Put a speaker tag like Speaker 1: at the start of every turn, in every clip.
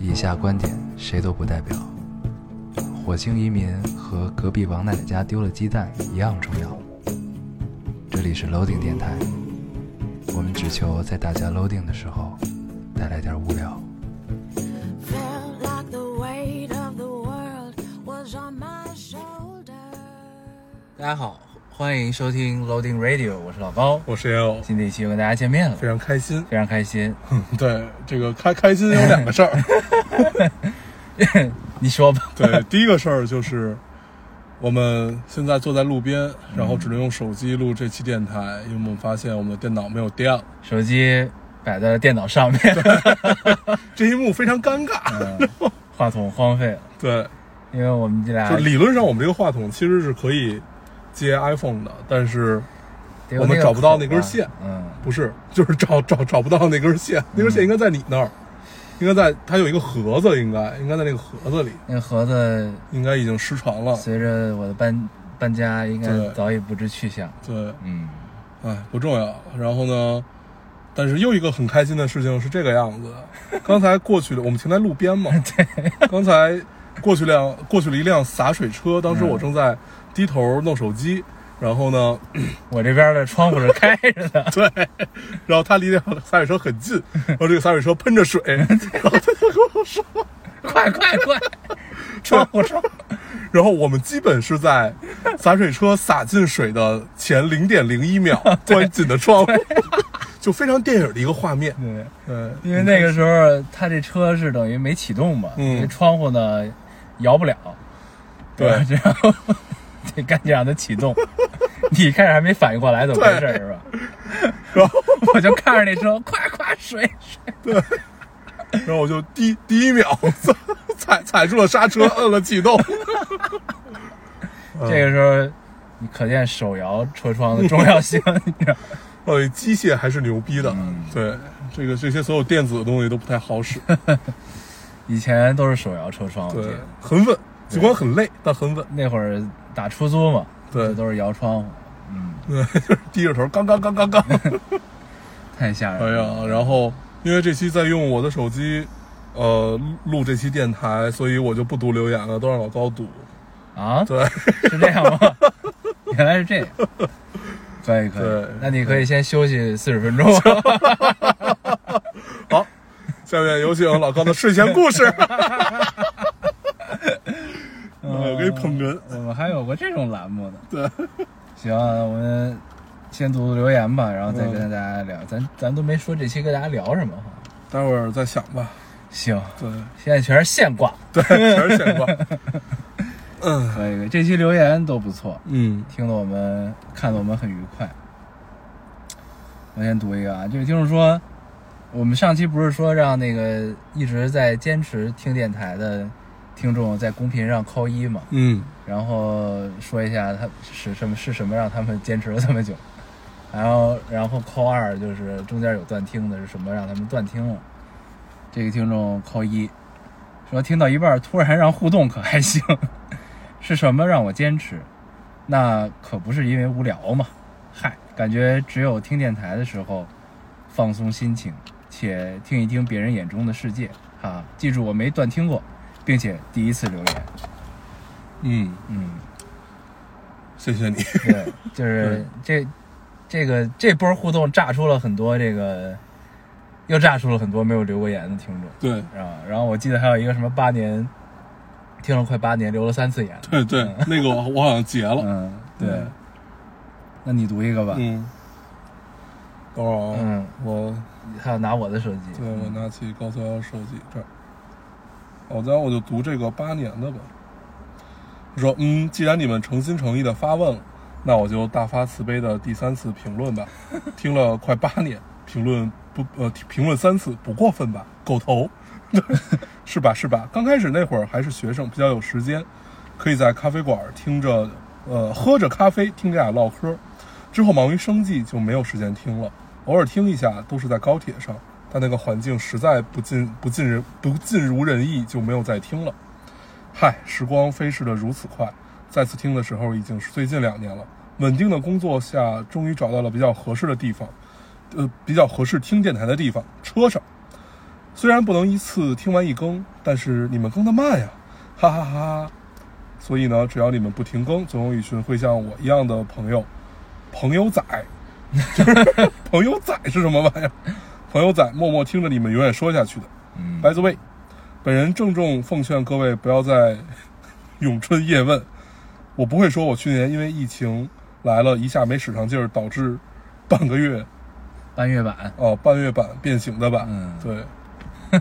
Speaker 1: 以下观点谁都不代表。火星移民和隔壁王奶奶家丢了鸡蛋一样重要。这里是 Loading 电台，我们只求在大家 Loading 的时候带来点无聊。
Speaker 2: Felt like the weight of the world was on my shoulders.
Speaker 1: 大家好，欢迎收听 Loading Radio，我是老高。
Speaker 3: 我是也有，
Speaker 1: 新的一期又跟大家见面了，
Speaker 3: 非常开心。
Speaker 1: 非常开心。
Speaker 3: 对，这个开开心有两个事 儿。
Speaker 1: 你说吧，
Speaker 3: 对，第一个事儿就是我们现在坐在路边，然后只能用手机录这期电台，因为我们发现我们的电脑没有电了。
Speaker 1: 手机摆在电脑上面，
Speaker 3: 这一幕非常尴尬。
Speaker 1: 嗯话筒荒废了，
Speaker 3: 对，
Speaker 1: 因为我们这俩
Speaker 3: 就理论上我们这个话筒其实是可以接 iPhone 的，但是
Speaker 1: 得有
Speaker 3: 我们
Speaker 1: 那个
Speaker 3: 找不到那
Speaker 1: 口啊
Speaker 3: 根线
Speaker 1: 嗯，
Speaker 3: 不是，就是找找找不到那根线，那根线应该在你那儿，应该在它有一个盒子，应该应该在那个盒子里，
Speaker 1: 那个盒子
Speaker 3: 应该已经失传了。
Speaker 1: 随着我的搬搬家，应该
Speaker 3: 对
Speaker 1: 早已不知去向。
Speaker 3: 对。
Speaker 1: 嗯，
Speaker 3: 哎，不重要。然后呢，但是又一个很开心的事情是这个样子的。刚才过去了，我们停在路边嘛。对。刚才过去辆过去了一辆洒水车，当时
Speaker 1: 嗯
Speaker 3: 我正在低头弄手机，然后呢，
Speaker 1: 我这边的窗户是开着的，
Speaker 3: 对，然后他离那辆洒水车很近，然后这个洒水车喷着水，然后他就跟我说，
Speaker 1: 快快快， 窗户窗户，
Speaker 3: 然后我们基本是在洒水车洒进水的前零点零一秒关紧的窗户，就非常电影的一个画面。
Speaker 1: 对，
Speaker 3: 对，
Speaker 1: 因为那个时候他这车是等于没启动嘛，
Speaker 3: 嗯
Speaker 1: 那窗户呢摇不了，
Speaker 3: 对
Speaker 1: 然后得赶紧让它启 动。你开始还没反应过来怎么回事儿是吧？
Speaker 3: 然后。
Speaker 1: 我就看着那车，快快水水，
Speaker 3: 然后我就第第一秒踩踩住了刹车，摁了启动。
Speaker 1: 这个时候你可见手摇车窗的重要性， 你知道吗？
Speaker 3: 呃，机械还是牛逼的，对这个这些所有电子的东西都不太好使，
Speaker 1: 以前都是手摇车窗，我记
Speaker 3: 对
Speaker 1: 得，
Speaker 3: 很稳，尽管很累，但很稳。
Speaker 1: 那会儿打出租嘛，
Speaker 3: 对
Speaker 1: 这都是摇窗户，嗯，
Speaker 3: 对，就是低着头，刚刚刚刚刚。
Speaker 1: 太吓人
Speaker 3: 哎
Speaker 1: 了。
Speaker 3: 呀，然后因为这期在用我的手机，呃，录这期电台，所以我就不读留言了，都让老高读。
Speaker 1: 啊，
Speaker 3: 对，
Speaker 1: 是这样吗？ 原来是这样，可以可以
Speaker 3: 对，
Speaker 1: 那你可以先休息四十分 钟。
Speaker 3: 好，下面有请老高的睡前故 事。哎我给你捧哏。
Speaker 1: 我们还有过这种栏目呢。
Speaker 3: 对，
Speaker 1: 行，我们先读读留言吧，然后再跟大家聊。
Speaker 3: 嗯
Speaker 1: 咱咱都没说这期跟大家聊什么哈。
Speaker 3: 待会儿再想吧。
Speaker 1: 行，
Speaker 3: 对，
Speaker 1: 现在全是现挂，
Speaker 3: 对，全是闲话。 嗯
Speaker 1: 可以可以。这期留言都不错，
Speaker 3: 嗯
Speaker 1: 听得我们看得我们很愉快。我先读一个啊，这位听众说，我们上期不是说让那个一直在坚持听电台的听众在公屏上扣一嘛，
Speaker 3: 嗯，
Speaker 1: 然后说一下他是什么是什么让他们坚持了这么久， 然后然后扣二就是中间有断听的是什么让他们断听了，这个听众扣一，说听到一半突然让互动可还行， 是什么让我坚持？那可不是因为无聊嘛，嗨，感觉只有听电台的时候放松心情，且听一听别人眼中的世界啊！记住我没断听过，并且第一次留言，
Speaker 3: 嗯，
Speaker 1: 嗯。
Speaker 3: 谢谢你。
Speaker 1: 对，就是这这个这波互动炸出了很多这个，又炸出了很多没有留过言的听众
Speaker 3: 对
Speaker 1: 啊。然后我记得还有一个什么八年，听了快八年，留了三次言。
Speaker 3: 对对，那个我我好像截了。
Speaker 1: 嗯，对。那你读一个吧。
Speaker 3: 嗯，等会儿啊，
Speaker 1: 嗯，
Speaker 3: 我
Speaker 1: 还有拿我的手机。嗯
Speaker 3: 对我拿起高三幺手机这儿，我然后我就读这个八年的吧。我说，嗯，既然你们诚心诚意的发问了，那我就大发慈悲的第三次评论吧。听了快八年，评论不呃评论三次不过分吧？狗头， 是吧是吧？刚开始那会儿还是学生，比较有时间，可以在咖啡馆听着呃喝着咖啡听这俩唠嗑。之后忙于生计，就没有时间听了，偶尔听一下都是在高铁上，但那个环境实在不尽不尽人不尽如人意，就没有再听了。嗨，时光飞逝的如此快，再次听的时候已经是最近两年了。稳定的工作下，终于找到了比较合适的地方，呃，比较合适听电台的地方——车上。虽然不能一次听完一更，但是你们更的慢呀，哈哈哈哈。所以呢，只要你们不停更，总有一群会像我一样的朋友，朋友仔， 就是朋友仔是什么玩意儿？朋友仔默默听着你们永远说下去的。
Speaker 1: 嗯，
Speaker 3: By the way，本人郑重奉劝各位不要在咏春夜问。我不会说我去年因为疫情来了一下没使上劲儿，导致半个月
Speaker 1: 半月板，
Speaker 3: 哦半月板变形的吧？
Speaker 1: 嗯
Speaker 3: 对。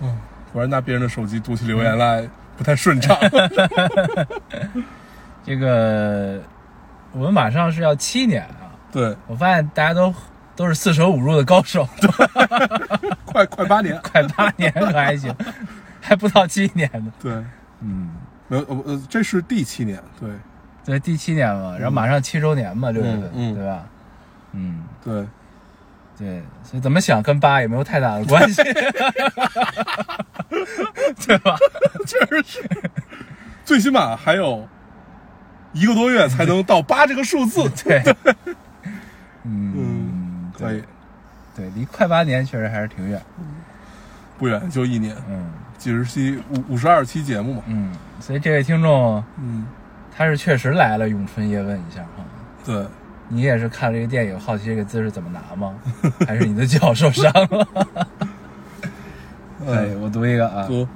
Speaker 3: 嗯，果然拿别人的手机读起留言来不太顺 畅。
Speaker 1: 这个我们马上是要七年啊，
Speaker 3: 对，
Speaker 1: 我发现大家都都是四舍五入的高手，
Speaker 3: 快快八年。
Speaker 1: 快八年了还行，还不到七年呢。
Speaker 3: 对，
Speaker 1: 嗯，
Speaker 3: 没有呃呃，这是第七年。对
Speaker 1: 对，第七年嘛，然后马上七周年嘛，六月份，
Speaker 3: 嗯嗯嗯
Speaker 1: 对吧？嗯，
Speaker 3: 对，
Speaker 1: 对，所以怎么想跟八也没有太大的关 系，对吧？
Speaker 3: 真是， 最起码还有一个多月才能到八这个数字。
Speaker 1: 对，
Speaker 3: 嗯，可以，
Speaker 1: 对，离快八年确实还是挺远。
Speaker 3: 不远就一年，
Speaker 1: 嗯
Speaker 3: 几十期五五十二期节目嘛。
Speaker 1: 嗯，所以这位听众
Speaker 3: 嗯，
Speaker 1: 他是确实来了咏春叶问一下哈。
Speaker 3: 对，
Speaker 1: 你也是看了这个电影，好奇这个姿势怎么拿吗？还是你的脚受伤了？ 对，
Speaker 3: 哎，
Speaker 1: 我读一个啊，
Speaker 3: 读，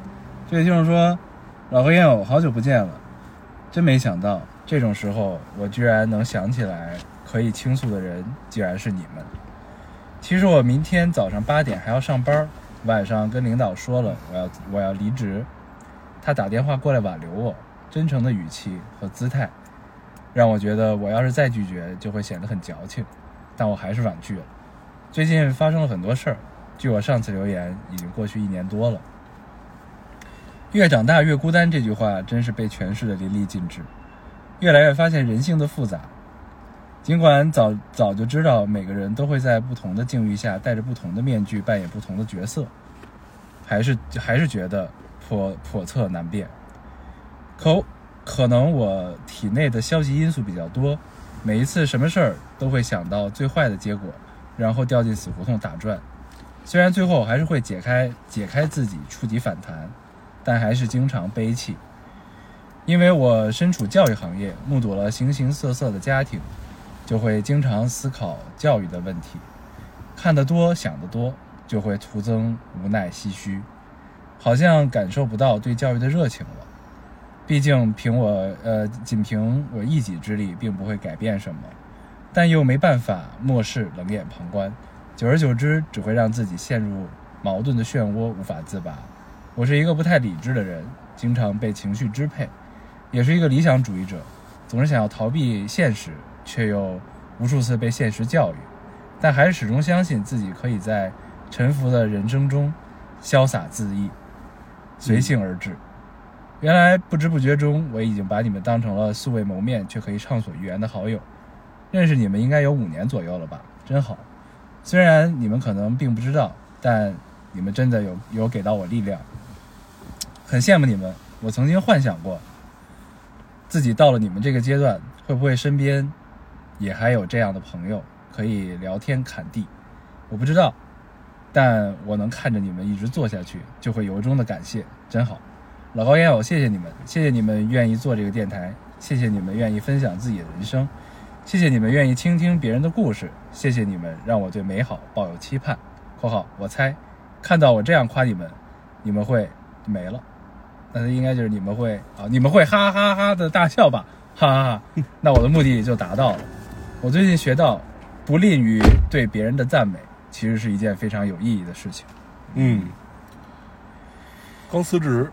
Speaker 1: 这位听众说：“老何烟友，好久不见了，真没想到这种时候我居然能想起来可以倾诉的人，竟然是你们。其实我明天早上八点还要上班，晚上跟领导说了我要我要离职，他打电话过来挽留我，真诚的语气和姿态，让我觉得我要是再拒绝就会显得很矫情，但我还是婉拒了。最近发生了很多事儿，据我上次留言，已经过去一年多了。”越长大越孤单这句话真是被诠释的淋漓尽致，越来越发现人性的复杂。尽管早早就知道每个人都会在不同的境遇下戴着不同的面具扮演不同的角色，还是还是觉得叵叵测难辨。可可能我体内的消极因素比较多，每一次什么事儿都会想到最坏的结果，然后掉进死胡同打转。虽然最后还是会解开解开自己，触底反弹，但还是经常悲泣。因为我身处教育行业，目睹了形形色色的家庭，就会经常思考教育的问题，看得多，想得多，就会徒增无奈、唏嘘，好像感受不到对教育的热情了。毕竟凭我呃，仅凭我一己之力，并不会改变什么，但又没办法漠视、冷眼旁观，久而久之，只会让自己陷入矛盾的漩涡，无法自拔。我是一个不太理智的人，经常被情绪支配，也是一个理想主义者，总是想要逃避现实，却又无数次被现实教育，但还是始终相信自己可以在沉浮的人生中潇洒恣意，随性而至。原来不知不觉中，我已经把你们当成了素未谋面却可以畅所欲言的好友。认识你们应该有五年左右了吧，真好。虽然你们可能并不知道，但你们真的有有给到我力量，很羡慕你们。我曾经幻想过，自己到了你们这个阶段，会不会身边也还有这样的朋友可以聊天侃地？我不知道，但我能看着你们一直做下去，就会由衷的感谢，真好。老高烟友，谢谢你们，谢谢你们愿意做这个电台，谢谢你们愿意分享自己的人生，谢谢你们愿意倾听别人的故事，谢谢你们让我对美好抱有期盼。（括号我猜，看到我这样夸你们，你们会没了。那应该就是你们会啊，你们会哈哈哈的大笑吧，哈哈 哈。那我的目的就达到了。我最近学到，不吝于对别人的赞美，其实是一件非常有意义的事情。
Speaker 3: 嗯，刚辞职，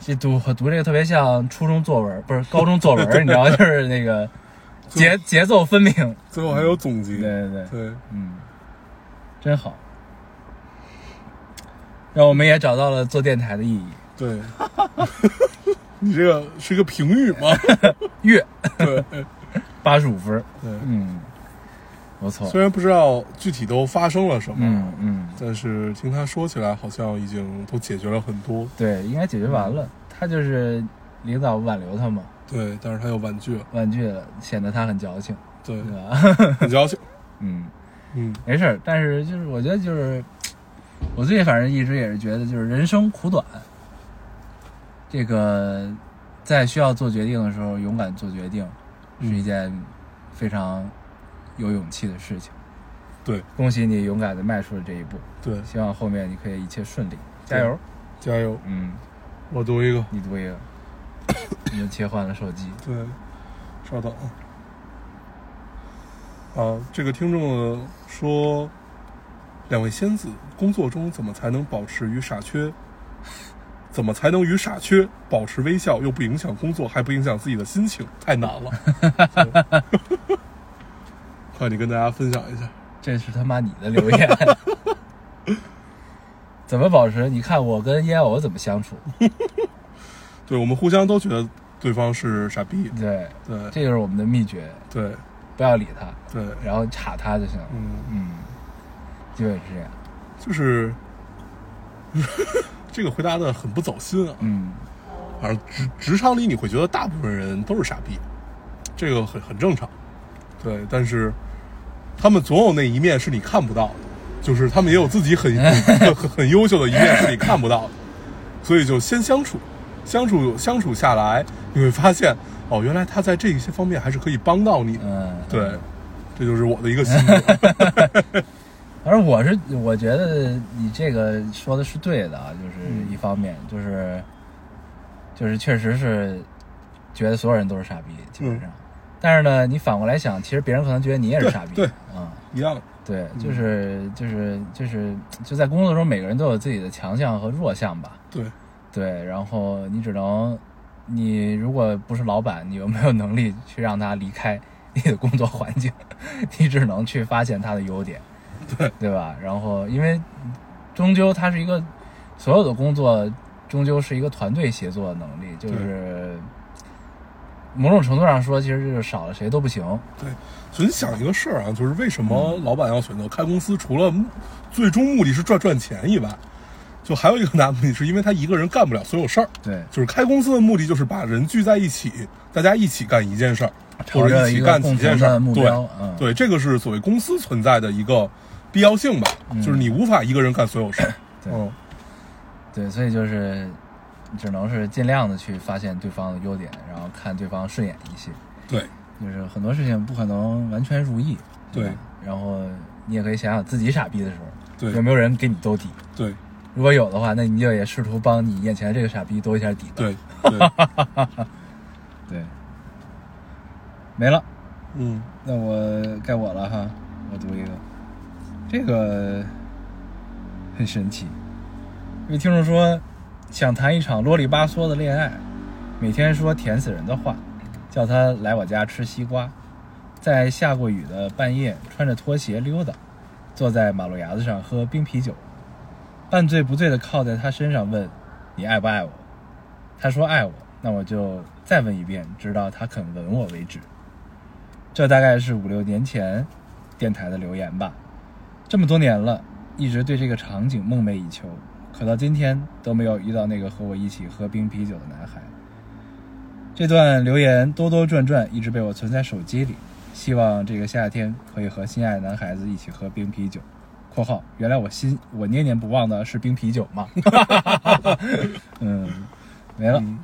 Speaker 1: 这读我读这个特别像初中作文，不是高中作文，你知道，就是那 个节节奏分明。
Speaker 3: 最后还有总结。
Speaker 1: 对对对，
Speaker 3: 对
Speaker 1: 嗯，真好，让我们也找到了做电台的意义。
Speaker 3: 对你这个是一个评语吗？
Speaker 1: 月
Speaker 3: 对
Speaker 1: 八十五分，
Speaker 3: 对，
Speaker 1: 嗯，不错，
Speaker 3: 虽然不知道具体都发生了什么，
Speaker 1: 嗯嗯，
Speaker 3: 但是听他说起来，好像已经都解决了很多。
Speaker 1: 对，应该解决完了。他就是领导挽留他嘛，
Speaker 3: 对，但是他又婉拒了。
Speaker 1: 婉拒了，显得他很矫情，
Speaker 3: 对
Speaker 1: 对，吧？
Speaker 3: 很矫情。
Speaker 1: 嗯，
Speaker 3: 嗯
Speaker 1: 没事儿，但是就是我觉得就是我最近反正一直也是觉得，就是人生苦短，这个在需要做决定的时候，勇敢做决定
Speaker 3: 嗯
Speaker 1: 是一件非常有勇气的事情。
Speaker 3: 对
Speaker 1: 恭喜你勇敢的迈出了这一步，
Speaker 3: 对，
Speaker 1: 希望后面你可以一切顺利，加油！
Speaker 3: 加油！
Speaker 1: 嗯，
Speaker 3: 我读一个，
Speaker 1: 你读一个，你就切换了手机。
Speaker 3: 对，稍等啊。啊，这个听众说，两位仙子，工作中怎么才能保持与傻缺？怎么才能与傻缺保持微笑，又不影响工作，还不影响自己的心情？太难了。 对快，你跟大家分享一下。
Speaker 1: 这是他妈你的留言。 怎么保持？你看我跟烟偶怎么相处？
Speaker 3: 对我们互相都觉得对方是傻逼。
Speaker 1: 对，
Speaker 3: 对
Speaker 1: 这就是我们的秘诀，
Speaker 3: 对
Speaker 1: 不要理他，
Speaker 3: 对，
Speaker 1: 然后查他就行了。
Speaker 3: 嗯，
Speaker 1: 嗯，基本是这样。
Speaker 3: 就是。 这个回答的很不走心啊，
Speaker 1: 嗯，
Speaker 3: 反正职职场里你会觉得大部分人都是傻逼，这个很很正常。对，但是他们总有那一面是你看不到的，就是他们也有自己很很很很优秀的一面是你看不到的，所以就先相处，相处相处下来，你会发现哦，原来他在这一些方面还是可以帮到你的。
Speaker 1: 嗯
Speaker 3: 对，这就是我的一个心得。
Speaker 1: 反正我是我觉得你这个说的是对的啊，就是一方面、就是就是确实是觉得所有人都是傻逼，基本上。但是呢，你反过来想，其实别人可能觉得你也是傻逼。
Speaker 3: 对
Speaker 1: 嗯，
Speaker 3: 一样，
Speaker 1: 对，
Speaker 3: 嗯
Speaker 1: 就是就是就是就在工作中，每个人都有自己的强项和弱项吧。
Speaker 3: 对
Speaker 1: 对，然后你只能，你如果不是老板，你有没有能力去让他离开你的工作环境？ 你只能去发现他的优点，
Speaker 3: 对
Speaker 1: 对吧？然后，因为终究它是一个所有的工作，终究是一个团队协作的能力，就是某种程度上说，其实就是少了谁都不行。
Speaker 3: 对，所以你想一个事儿啊，就是为什么老板要选择开公司，除了目最终目的是赚赚钱以外，就还有一个大目的是因为他一个人干不了所有事儿。
Speaker 1: 对，
Speaker 3: 就是开公司的目的就是把人聚在一起，大家一起干一件事儿，
Speaker 1: 朝
Speaker 3: 或者
Speaker 1: 着
Speaker 3: 一
Speaker 1: 一
Speaker 3: 起
Speaker 1: 个
Speaker 3: 干几
Speaker 1: 共
Speaker 3: 件
Speaker 1: 同
Speaker 3: 事儿
Speaker 1: 的。目
Speaker 3: 对
Speaker 1: 标，嗯，
Speaker 3: 对，这个是所谓公司存在的一个必要性吧，就是你无法一个人干所有事儿。
Speaker 1: 对
Speaker 3: 嗯，
Speaker 1: 对，所以就是只能是尽量的去发现对方的优点，然后看对方顺眼一些。
Speaker 3: 对
Speaker 1: 就是很多事情不可能完全如意，
Speaker 3: 对
Speaker 1: 吧然后你也可以想想自己傻逼的时候，有
Speaker 3: 对
Speaker 1: 没有人给你兜底？
Speaker 3: 对
Speaker 1: 如果有的话，那你就也试图帮你眼前的这个傻逼兜一下底吧。
Speaker 3: 对对，
Speaker 1: 对，没了。
Speaker 3: 嗯
Speaker 1: 那我该我了哈，我读一个，这个很神奇。一位听众说，想谈一场啰里吧嗦的恋爱，每天说甜死人的话，叫他来我家吃西瓜，在下过雨的半夜穿着拖鞋溜达，坐在马路牙子上喝冰啤酒，半醉不醉的靠在他身上问：“你爱不爱我？”他说爱我，那我就再问一遍，直到他肯吻我为止。这大概是五六年前电台的留言吧。这么多年了，一直对这个场景梦寐以求，可到今天都没有遇到那个和我一起喝冰啤酒的男孩。这段留言兜兜转转，一直被我存在手机里。希望这个夏天可以和心爱的男孩子一起喝冰啤酒。（括号原来我心我念念不忘的是冰啤酒嘛。）嗯，没了。
Speaker 3: 嗯，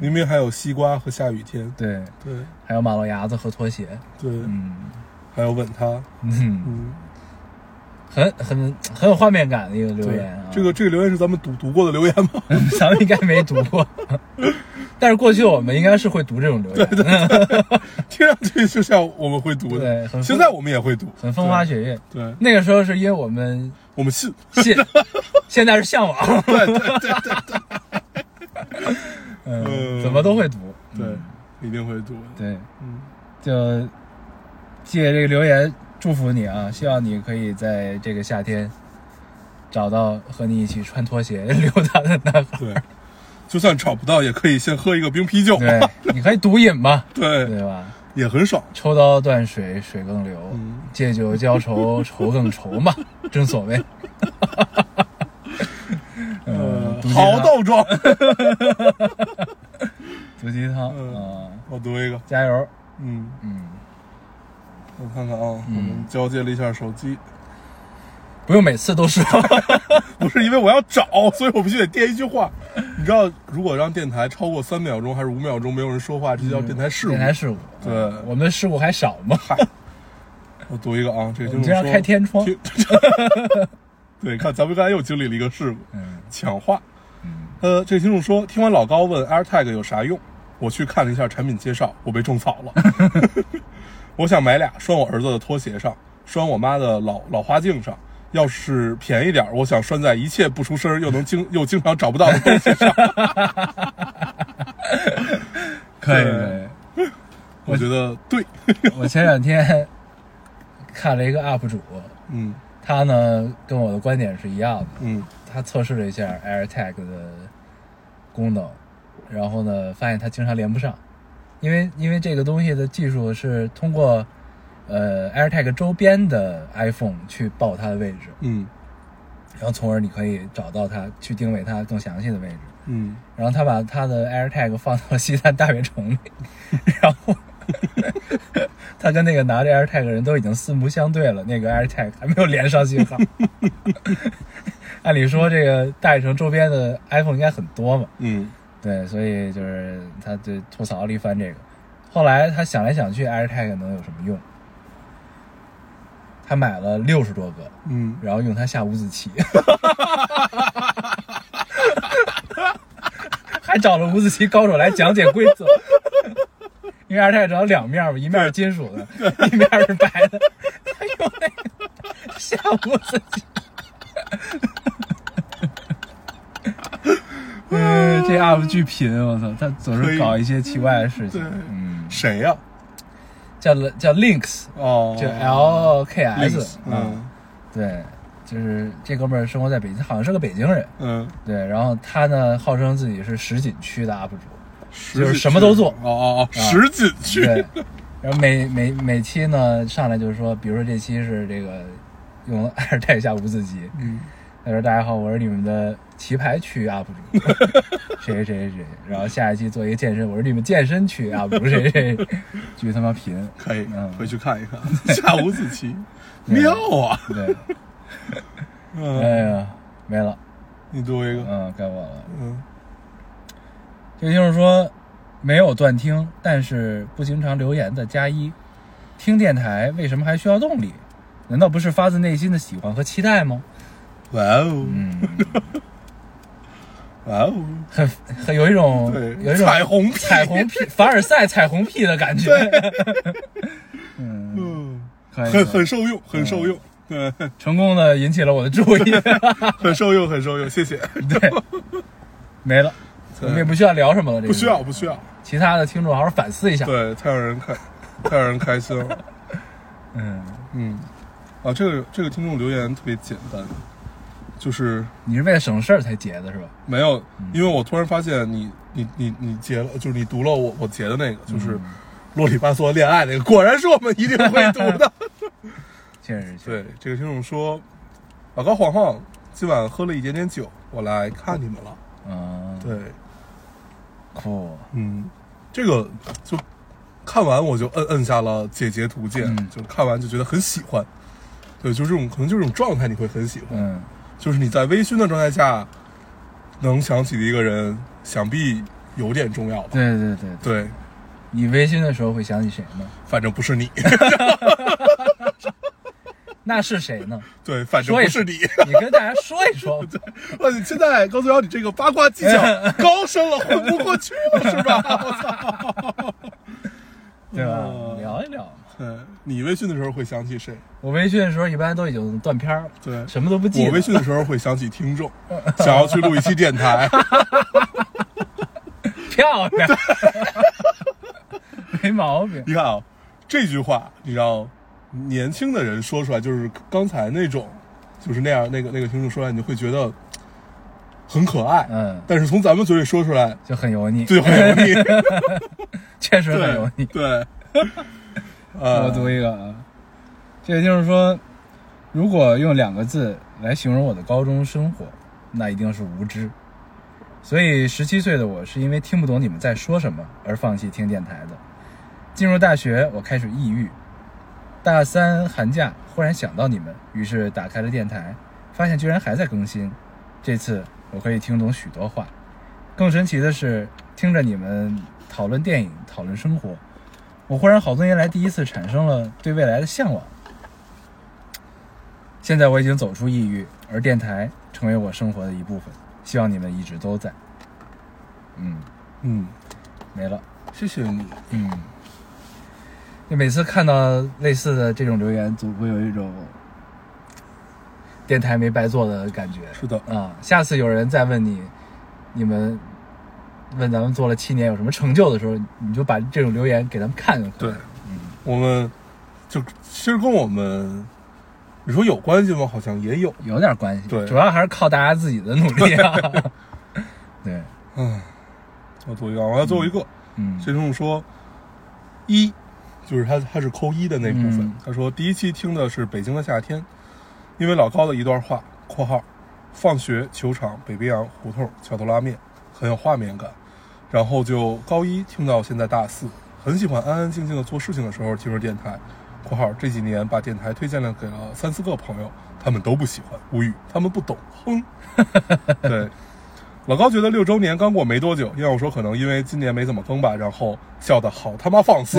Speaker 3: 明明还有西瓜和下雨天。
Speaker 1: 对，
Speaker 3: 对
Speaker 1: 还有马路牙子和拖鞋。
Speaker 3: 对，
Speaker 1: 嗯
Speaker 3: 还有吻他。
Speaker 1: 嗯。
Speaker 3: 嗯。
Speaker 1: 很很很有画面感的一个留
Speaker 3: 对，
Speaker 1: 言啊。
Speaker 3: 这个这个留言是咱们读读过的留言吗？
Speaker 1: 咱们应该没读过， 但是过去我们应该是会读这种留言，
Speaker 3: 听上去就像我们会读的
Speaker 1: 对，很
Speaker 3: 现在我们也会读，
Speaker 1: 很风花雪月。
Speaker 3: 对。对，
Speaker 1: 那个时候是因为我们
Speaker 3: 我们 信，
Speaker 1: 信，现在是向往，
Speaker 3: 对对对对
Speaker 1: 嗯，
Speaker 3: 嗯
Speaker 1: 怎么都会读。
Speaker 3: 对，一定会读。
Speaker 1: 对，
Speaker 3: 嗯，
Speaker 1: 就借这个留言祝福你啊，希望你可以在这个夏天找到和你一起穿拖鞋 溜达的男孩。
Speaker 3: 对，就算找不到，也可以先喝一个冰啤酒。
Speaker 1: 对，你可以毒瘾嘛，
Speaker 3: 对，
Speaker 1: 对吧？
Speaker 3: 也很爽。
Speaker 1: 抽刀断水，水更流；
Speaker 3: 嗯
Speaker 1: 借酒浇愁，愁更愁嘛，正所谓。嗯，毒鸡
Speaker 3: 呃好
Speaker 1: 汤，
Speaker 3: 倒装。
Speaker 1: 毒鸡汤
Speaker 3: 嗯
Speaker 1: 啊！
Speaker 3: 我读一个，
Speaker 1: 加油！
Speaker 3: 嗯，
Speaker 1: 嗯，
Speaker 3: 我看看啊，我们交接了一下手机。
Speaker 1: 不用每次都说，
Speaker 3: 不是因为我要找，所以我必须得垫一句话。你知道，如果让电台超过三秒钟还是五秒钟没有人说话，这就叫电台事故。
Speaker 1: 嗯电台事故，
Speaker 3: 对
Speaker 1: 嗯我们的事故还少吗？
Speaker 3: 我读一个啊，这个
Speaker 1: 我
Speaker 3: 听
Speaker 1: 们这样
Speaker 3: 众说
Speaker 1: 开天窗，
Speaker 3: 听 对，看咱们刚才又经历了一个事故，
Speaker 1: 嗯
Speaker 3: 抢话。
Speaker 1: 嗯，
Speaker 3: 呃，这个听众说，听完老高问 AirTag 有啥用，我去看了一下产品介绍，我被种草了。 我想买俩，拴我儿子的拖鞋上，拴我妈的老老花镜上。要是便宜点儿，我想拴在一切不出声儿又能经又经常找不到的东西上。
Speaker 1: 可以
Speaker 3: 对
Speaker 1: 可以。
Speaker 3: 我觉 得对，
Speaker 1: 我前两天看了一个 UP 主，
Speaker 3: 嗯
Speaker 1: 他呢跟我的观点是一样的，
Speaker 3: 嗯
Speaker 1: 他测试了一下 AirTag 的功能，然后呢发现它经常连不上，因为因为这个东西的技术是通过呃 AirTag 周边的 iPhone 去报它的位置，
Speaker 3: 嗯
Speaker 1: 然后从而你可以找到它，去定位它更详细的位置。
Speaker 3: 嗯，
Speaker 1: 然后他把他的 AirTag 放到西单大悦城里， 然后他跟那个拿着 AirTag 的人都已经四目相对了，那个 AirTag 还没有连上信号。 按理说，这个大悦城周边的 iPhone 应该很多嘛，
Speaker 3: 嗯
Speaker 1: 对，所以就是他就吐槽了一番这个。后来他想来想去，AirTag 能有什么用？他买了六十多个，
Speaker 3: 嗯，
Speaker 1: 然后用它下五子棋， 还找了五子棋高手来讲解规则。因为二太只有两面嘛，一面是金属的，一面是白的。他用那个下五子 棋。嗯，这 UP 巨贫，我操，他总
Speaker 3: 可
Speaker 1: 是
Speaker 3: 以
Speaker 1: 搞一些奇怪的事情
Speaker 3: 对。
Speaker 1: 嗯，
Speaker 3: 谁呀、
Speaker 1: 叫叫 Links，
Speaker 3: 哦，
Speaker 1: 就 L K S，啊
Speaker 3: Links，嗯
Speaker 1: 对，就是这哥们儿生活在北京，好像是个北京人。
Speaker 3: 嗯，
Speaker 1: 对，然后他呢号称自己是什锦区的 UP 主，
Speaker 3: 就
Speaker 1: 就是什么都 做啊
Speaker 3: 哦哦哦，十锦区，
Speaker 1: 对，然后每每每期呢上来就是说，比如说这期是这个用艾尔泰下五子棋，
Speaker 3: 嗯
Speaker 1: 他说大家好，我是你们的棋牌区 UP 主，谁谁谁谁，然后下一期做一个健身，我是你们健身区 UP 主，谁谁谁，巨他妈贫，
Speaker 3: 可以
Speaker 1: 嗯
Speaker 3: 回去看一看 下五子棋，妙啊！
Speaker 1: 对，
Speaker 3: 嗯，
Speaker 1: 哎呀，没了，
Speaker 3: 你读一个，
Speaker 1: 嗯，该我了。
Speaker 3: 嗯
Speaker 1: 这就是说，没有断听，但是不经常留言的加一。听电台为什么还需要动力？难道不是发自内心的喜欢和期待吗？
Speaker 3: 哇哦
Speaker 1: 嗯，
Speaker 3: 哇哦，
Speaker 1: 很很有一种嗯有
Speaker 3: 对，
Speaker 1: 一种
Speaker 3: 彩虹屁
Speaker 1: 彩虹，屁凡尔赛彩虹屁的感觉。嗯，
Speaker 3: 嗯，
Speaker 1: 可以
Speaker 3: 很
Speaker 1: 可以
Speaker 3: 很受用，很受用，对，
Speaker 1: 成功的引起了我的注意。
Speaker 3: 很受用，很受用，谢谢，
Speaker 1: 对，没了，我们也不需要聊什么了。这个
Speaker 3: 不需要，不需要，
Speaker 1: 其他的听众好好反思一下。
Speaker 3: 对，太让人开，太让人开心了。
Speaker 1: 嗯，
Speaker 3: 嗯，啊，这个这个听众留言特别简单，就是
Speaker 1: 你是为了省事儿才截的是吧？
Speaker 3: 没有，
Speaker 1: 嗯
Speaker 3: 因为我突然发现你你你你截了，就是你读了我我截的那个，就是
Speaker 1: 嗯
Speaker 3: 啰里吧嗦恋爱那个，果然是我们一定会读 的。
Speaker 1: 确实，确实
Speaker 3: 对，这个听众说，老高晃晃今晚喝了一点点酒，我来看你们了。
Speaker 1: 嗯，
Speaker 3: 对，
Speaker 1: 酷。
Speaker 3: 嗯，这个就看完我就摁摁下了解截图键，
Speaker 1: 嗯
Speaker 3: 就看完就觉得很喜欢。对，就这种可能就这种状态你会很喜欢。
Speaker 1: 嗯，
Speaker 3: 就是你在微醺的状态下能想起的一个人，想必有点重要吧？
Speaker 1: 对对对，对
Speaker 3: 对，
Speaker 1: 你微醺的时候会想起谁呢？
Speaker 3: 反正不是你，
Speaker 1: 那是谁 呢？
Speaker 3: 对，反正
Speaker 1: 说一
Speaker 3: 不
Speaker 1: 说
Speaker 3: 是你。
Speaker 1: 你跟大家说一 说。
Speaker 3: 哇，你现在高松瑶，你这个八卦技巧 高深了，混不过去了是吧？我操！
Speaker 1: 对吧
Speaker 3: 嗯？
Speaker 1: 聊一聊嘛。
Speaker 3: 对，嗯你微醺的时候会想起谁？
Speaker 1: 我微醺的时候一般都已经断片儿了，
Speaker 3: 对
Speaker 1: 什么都不记得。
Speaker 3: 我微醺的时候会想起听众，想要去录一期电台。
Speaker 1: 漂亮， 没毛病。
Speaker 3: 你看啊，这句话你让年轻的人说出来，就是刚才那种，就是那样那个那个听众说出来，你就会觉得很可爱。
Speaker 1: 嗯
Speaker 3: 但是从咱们嘴里说出来，
Speaker 1: 就很油腻，
Speaker 3: 就很油腻。
Speaker 1: 确实很油 腻。
Speaker 3: 对 对，
Speaker 1: 我
Speaker 3: 呃，
Speaker 1: 读一个啊，这个就是说，如果用两个字来形容我的高中生活，那一定是无知。所以，十七岁的我是因为听不懂你们在说什么而放弃听电台的。进入大学，我开始抑郁，大三寒假忽然想到你们，于是打开了电台，发现居然还在更新。这次我可以听懂许多话，更神奇的是，听着你们讨论电影、讨论生活，我忽然好多年来第一次产生了对未来的向往。现在我已经走出抑郁，而电台成为我生活的一部分。希望你们一直都在。嗯，
Speaker 3: 嗯，
Speaker 1: 没了。
Speaker 3: 谢谢你，
Speaker 1: 嗯，就每次看到类似的这种留言，总会有一种电台没白做的感觉
Speaker 3: 是的，
Speaker 1: 啊。下次有人再问你，你们问咱们做了七年有什么成就的时候，你就把这种留言给咱们看就可以
Speaker 3: 对
Speaker 1: 了。嗯，
Speaker 3: 我们就其实跟我们，你说有关系吗？好像也有，
Speaker 1: 有点关系，
Speaker 3: 对
Speaker 1: 主要还是靠大家自己的努力 啊。对，
Speaker 3: 唉，嗯我读一个，我要最后一个。
Speaker 1: 嗯，
Speaker 3: 这种说一，就是他他是扣一的那部分。
Speaker 1: 嗯
Speaker 3: 他说第一期听的是《北京的夏天》，因为老高的一段话（括号），放学、球场、北冰洋、胡同、桥头拉面，很有画面感。然后就高一听到现在大四，很喜欢安安静静的做事情的时候听着电台。（括号）这几年把电台推荐了给了三四个朋友，他们都不喜欢，无语，他们不懂，哼。对，老高觉得六周年刚过没多久，要我说可能因为今年没怎么更吧，然后笑的好他妈放肆，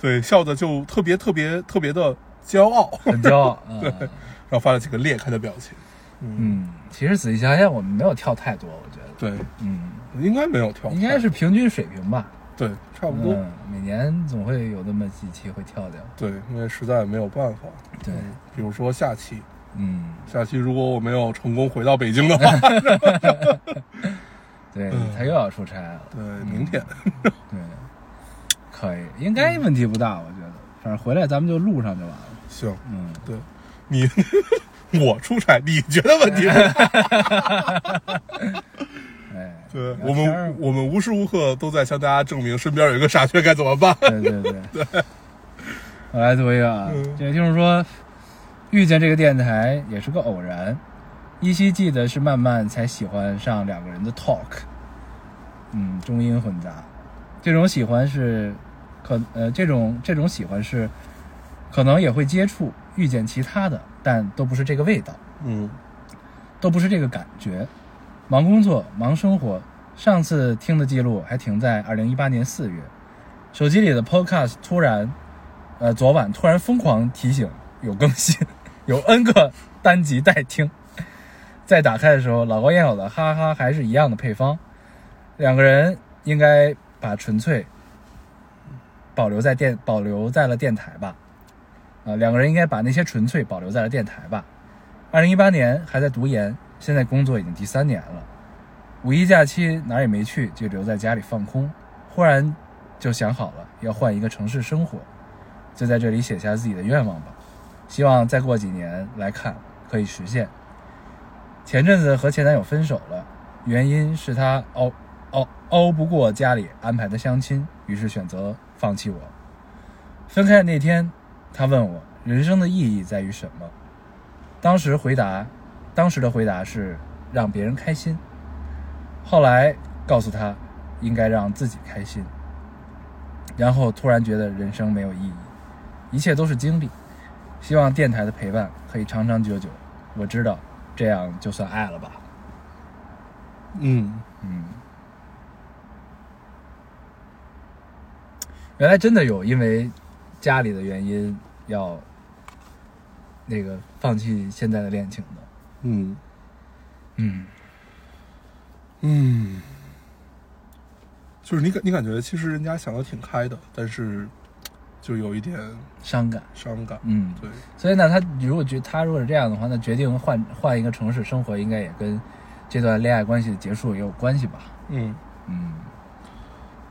Speaker 3: 对，笑的就特别特别特别的骄傲，
Speaker 1: 很骄傲。啊
Speaker 3: 然后发了几个裂开的表情。
Speaker 1: 嗯，其实仔细想想，我们没有跳太多，我觉得，
Speaker 3: 对，
Speaker 1: 嗯，
Speaker 3: 应该没有跳，
Speaker 1: 应该是平均水平吧。
Speaker 3: 对，差不多。
Speaker 1: 嗯，每年总会有那么几期会跳掉。
Speaker 3: 对，因为实在没有办法。
Speaker 1: 对，
Speaker 3: 嗯比如说下期，
Speaker 1: 嗯，
Speaker 3: 下期如果我没有成功回到 北京的话，
Speaker 1: 对
Speaker 3: 嗯
Speaker 1: 他又要出差了。
Speaker 3: 对，明天
Speaker 1: 对，可以，应该问题不大，我觉得。反正回来咱们就录上就完了。
Speaker 3: 行，
Speaker 1: 嗯，
Speaker 3: 对你， 我出差，你觉得问题不大？
Speaker 1: 哎，
Speaker 3: 对
Speaker 1: 聊
Speaker 3: 我
Speaker 1: 天儿
Speaker 3: 们，我们无时无刻都在向大家证明身边有一个傻缺该怎么办。
Speaker 1: 对对对对。我来读一个啊，
Speaker 3: 嗯
Speaker 1: 这个听众说，遇见这个电台也是个偶然，依稀记得是慢慢才喜欢上两个人的 talk，嗯，中英混杂，这种喜欢是可呃这种这种喜欢是可能也会接触遇见其他的，但都不是这个味道。
Speaker 3: 嗯
Speaker 1: 都不是这个感觉。忙工作，忙生活。上次听的记录还停在二零一八年四月，手机里的 Podcast 突然，呃，昨晚突然疯狂提醒有更新， 有 N 个单集待听。在打开的时候，老高烟友的哈哈还是一样的配方，两个人应该把纯粹保留在电保留在了电台吧，啊、两个人应该把那些纯粹保留在了电台吧。二零一八年还在读研，现在工作已经第三年了。五一假期哪儿也没去，就留在家里放空。忽然就想好了，要换一个城市生活，就在这里写下自己的愿望吧。希望再过几年来看可以实现。前阵子和前男友分手了，原因是他熬熬熬不过家里安排的相亲，于是选择放弃我。分开的那天，他问我人生的意义在于什么。当时回答，当时的回答是让别人开心。后来告诉他，应该让自己开心。然后突然觉得人生没有意义，一切都是经历。希望电台的陪伴可以长长久久。我知道，这样就算爱了吧。
Speaker 3: 嗯，
Speaker 1: 嗯，原来真的有因为家里的原因要那个放弃现在的恋情的。
Speaker 3: 嗯
Speaker 1: 嗯。
Speaker 3: 嗯，就是你感你感觉其实人家想的挺开的，但是就有一点
Speaker 1: 伤感。
Speaker 3: 伤感。
Speaker 1: 嗯，
Speaker 3: 对，
Speaker 1: 所以呢，他如果决他如果是这样的话，那决定换换一个城市生活，应该也跟这段恋爱关系的结束也有关系吧？
Speaker 3: 嗯，
Speaker 1: 嗯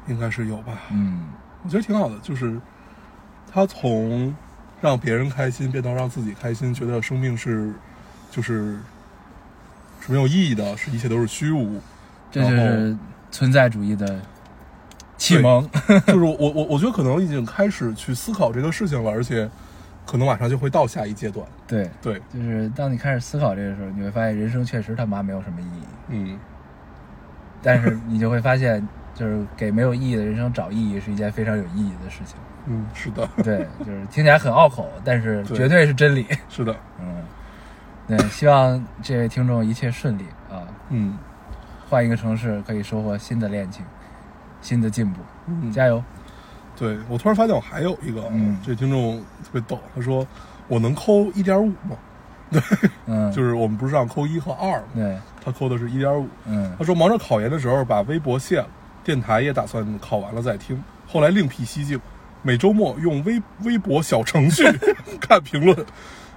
Speaker 3: 应该是有吧。
Speaker 1: 嗯
Speaker 3: 我觉得挺好的，就是他从让别人开心变到让自己开心，觉得生命是就是是没有意义的，是一切都是虚无。
Speaker 1: 这就是存在主义的启蒙。
Speaker 3: 就是我我我觉得可能已经开始去思考这个事情了，而且可能马上就会到下一阶段。
Speaker 1: 对
Speaker 3: 对，
Speaker 1: 就是当你开始思考这个时候，你会发现人生确实他妈没有什么意义，
Speaker 3: 嗯，
Speaker 1: 但是你就会发现，就是给没有意义的人生找意义是一件非常有意义的事情。
Speaker 3: 嗯，是的，
Speaker 1: 对，就是听起来很拗口，但是
Speaker 3: 对
Speaker 1: 绝对是真理。
Speaker 3: 是的，
Speaker 1: 嗯，对，希望这位听众一切顺利啊！
Speaker 3: 嗯
Speaker 1: 换一个城市可以收获新的恋情，新的进步，
Speaker 3: 嗯，
Speaker 1: 加油！
Speaker 3: 对我突然发现我还有一个啊，
Speaker 1: 嗯
Speaker 3: 这听众特别逗，他说我能扣一点五吗？
Speaker 1: 嗯，
Speaker 3: 就是我们不是让扣一和二吗？
Speaker 1: 对，
Speaker 3: 他扣的是一点五。
Speaker 1: 嗯
Speaker 3: 他说忙着考研的时候把微博卸了，电台也打算考完了再听，后来另辟蹊径，每周末用微微博小程序 看评论。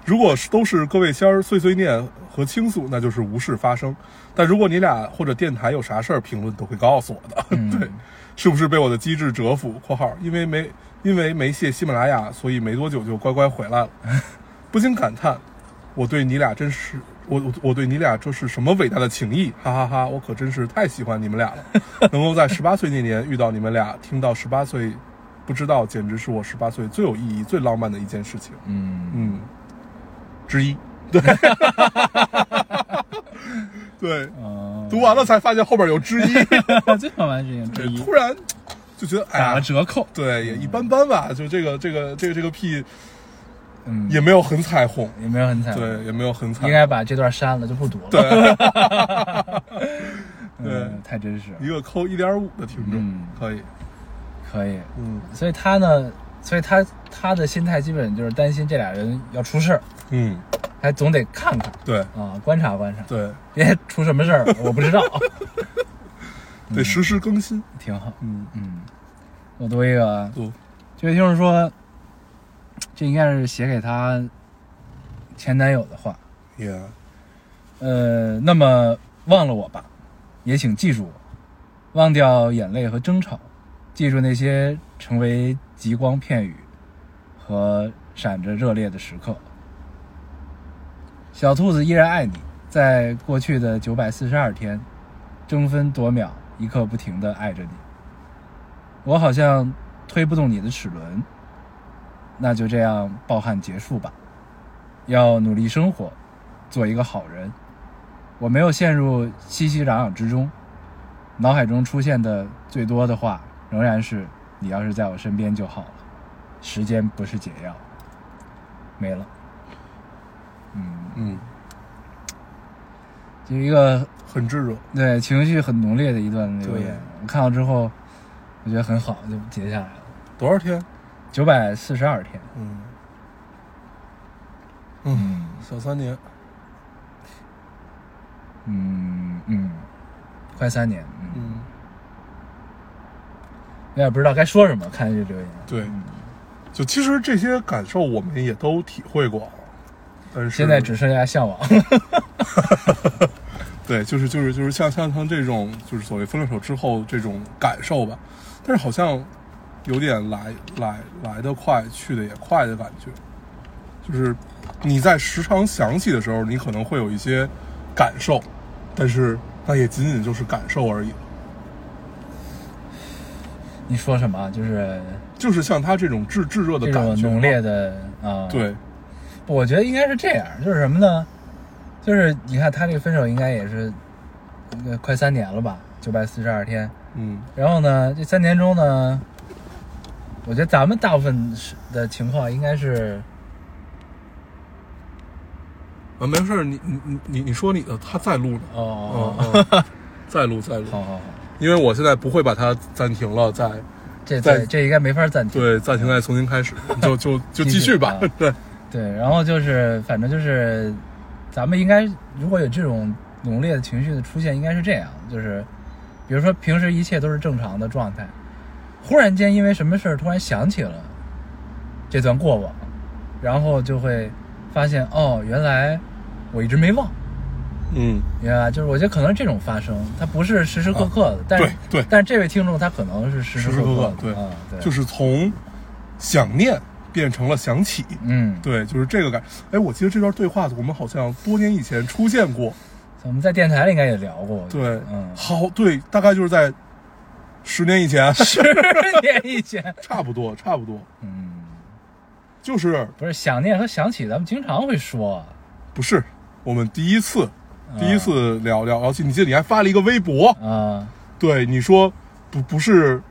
Speaker 3: 如果是都是各位仙儿碎碎念和倾诉，那就是无事发生；但如果你俩或者电台有啥事儿，评论都会告诉我的。
Speaker 1: 嗯
Speaker 3: 对，是不是被我的机智折服？（括号因为没因为没卸喜马拉雅，所以没多久就乖乖回来了。）不禁感叹，我对你俩真是我我我对你俩这是什么伟大的情谊，哈哈哈我可真是太喜欢你们俩了， 能够在十八岁那年遇到你们俩，听到十八岁，不知道简直是我十八岁最有意义、最浪漫的一件事情，
Speaker 1: 嗯，
Speaker 3: 嗯，之一， 对，对，
Speaker 1: 哦，
Speaker 3: 读完了才发现后边有之一，
Speaker 1: 这嗯好玩事情之一，
Speaker 3: 突然就觉得哎
Speaker 1: 打
Speaker 3: 呀
Speaker 1: 了，折扣，
Speaker 3: 对，也一般般吧，就这个这个这个这个屁
Speaker 1: 嗯，
Speaker 3: 也没有很彩虹，
Speaker 1: 也没有很惨，，
Speaker 3: 对，也没有很
Speaker 1: 应
Speaker 3: 彩虹。
Speaker 1: 该把这段删了，就不读了。对，嗯，
Speaker 3: 对
Speaker 1: 太真实了
Speaker 3: 一，个扣一点五的听众、
Speaker 1: 嗯
Speaker 3: 可以，
Speaker 1: 可以。
Speaker 3: 嗯
Speaker 1: 所以他呢，所以他他的心态基本就是担心这俩人要出事儿，
Speaker 3: 嗯，
Speaker 1: 还总得看看
Speaker 3: 对
Speaker 1: 啊，观察观察，
Speaker 3: 对
Speaker 1: 别出什么事儿了，我不 知道，
Speaker 3: 得实时更新，
Speaker 1: 挺好。
Speaker 3: 嗯，
Speaker 1: 嗯，我读一个啊，
Speaker 3: 不，
Speaker 1: 这位听众说，这应该是写给她前男友的话。
Speaker 3: 也
Speaker 1: 呃，那么忘了我吧，也请记住我，忘掉眼泪和争吵，记住那些成为极光片语和闪着热烈的时刻。小兔子依然爱你，在过去的九百四十二天，争分夺秒，一刻不停的爱着你。我好像推不动你的齿轮，那就这样抱憾结束吧。要努力生活，做一个好人。我没有陷入熙熙攘攘之中，脑海中出现的最多的话仍然是“你要是在我身边就好了”，时间不是解药。没了，嗯，
Speaker 3: 嗯
Speaker 1: 就一个
Speaker 3: 很炙热，
Speaker 1: 对情绪很浓烈的一段留
Speaker 3: 对
Speaker 1: 言。我看到之后，我觉得很好，就截下来了。
Speaker 3: 多少天？
Speaker 1: 九百四十二天，
Speaker 3: 嗯嗯，
Speaker 1: 嗯
Speaker 3: 小三年，
Speaker 1: 嗯嗯，快三年，嗯，
Speaker 3: 嗯，
Speaker 1: 有点不知道该说什么，看这留言，
Speaker 3: 对，
Speaker 1: 嗯
Speaker 3: 就其实这些感受我们也都体会过啊，但是
Speaker 1: 现在只剩下向往。
Speaker 3: 对，就是就是就是像像像这种就是所谓分了手之后这种感受吧，但是好像有点来来来得快，去得也快的感觉。就是你在时常想起的时候，你可能会有一些感受，但是那也仅仅就是感受而已。
Speaker 1: 你说什么？就是
Speaker 3: 就是像他这种炙炙热的
Speaker 1: 这
Speaker 3: 感
Speaker 1: 种
Speaker 3: 觉，
Speaker 1: 浓烈。的啊、，
Speaker 3: 对，
Speaker 1: 我觉得应该是这样，就是什么呢？就是你看他这个分手应该也是，呃，快三年了吧，九百四十二天。
Speaker 3: 嗯
Speaker 1: 然后呢，这三年中呢，我觉得咱们大部分是的情况应该是，
Speaker 3: 啊，没事儿，你你你你你说你的，他在录呢，
Speaker 1: 哦哦哦，
Speaker 3: 哦， 哦在录在录，
Speaker 1: 好好好，
Speaker 3: 因为我现在不会把它暂停了，再
Speaker 1: 这
Speaker 3: 在
Speaker 1: 这这应该没法暂停。
Speaker 3: 对，暂停再重新 开始，就就就继续吧
Speaker 1: 继续。啊
Speaker 3: 对，
Speaker 1: 对，然后就是反正就是，咱们应该如果有这种浓烈的情绪的出现，应该是这样，就是比如说平时一切都是正常的状态，忽然间因为什么事儿突然想起了这段过往，然后就会发现哦，原来我一直没忘。
Speaker 3: 嗯，
Speaker 1: 明白吧？就是我觉得可能是这种发生，它不是时时刻刻的，但是
Speaker 3: 对对
Speaker 1: 但是这位听众他可能是时
Speaker 3: 时时
Speaker 1: 刻
Speaker 3: 刻刻
Speaker 1: 的，
Speaker 3: 对
Speaker 1: 啊、对，
Speaker 3: 就是从想念变成了想起，
Speaker 1: 嗯，
Speaker 3: 对，就是这个感。哎，我记得这段对话我们好像多年以前出现过，
Speaker 1: 我们在电台里应该也聊过，我觉得
Speaker 3: 对，
Speaker 1: 嗯，
Speaker 3: 好，对，大概就是在十年以前，
Speaker 1: 十年以前，
Speaker 3: 差不多，差不多，
Speaker 1: 嗯。
Speaker 3: 就是
Speaker 1: 不是想念和想起，咱们经常会说，
Speaker 3: 不是我们嗯第一次，
Speaker 1: 啊
Speaker 3: 第一次聊聊聊起，你记得你还发了一个微博，
Speaker 1: 啊
Speaker 3: 对，你说不不是
Speaker 1: 不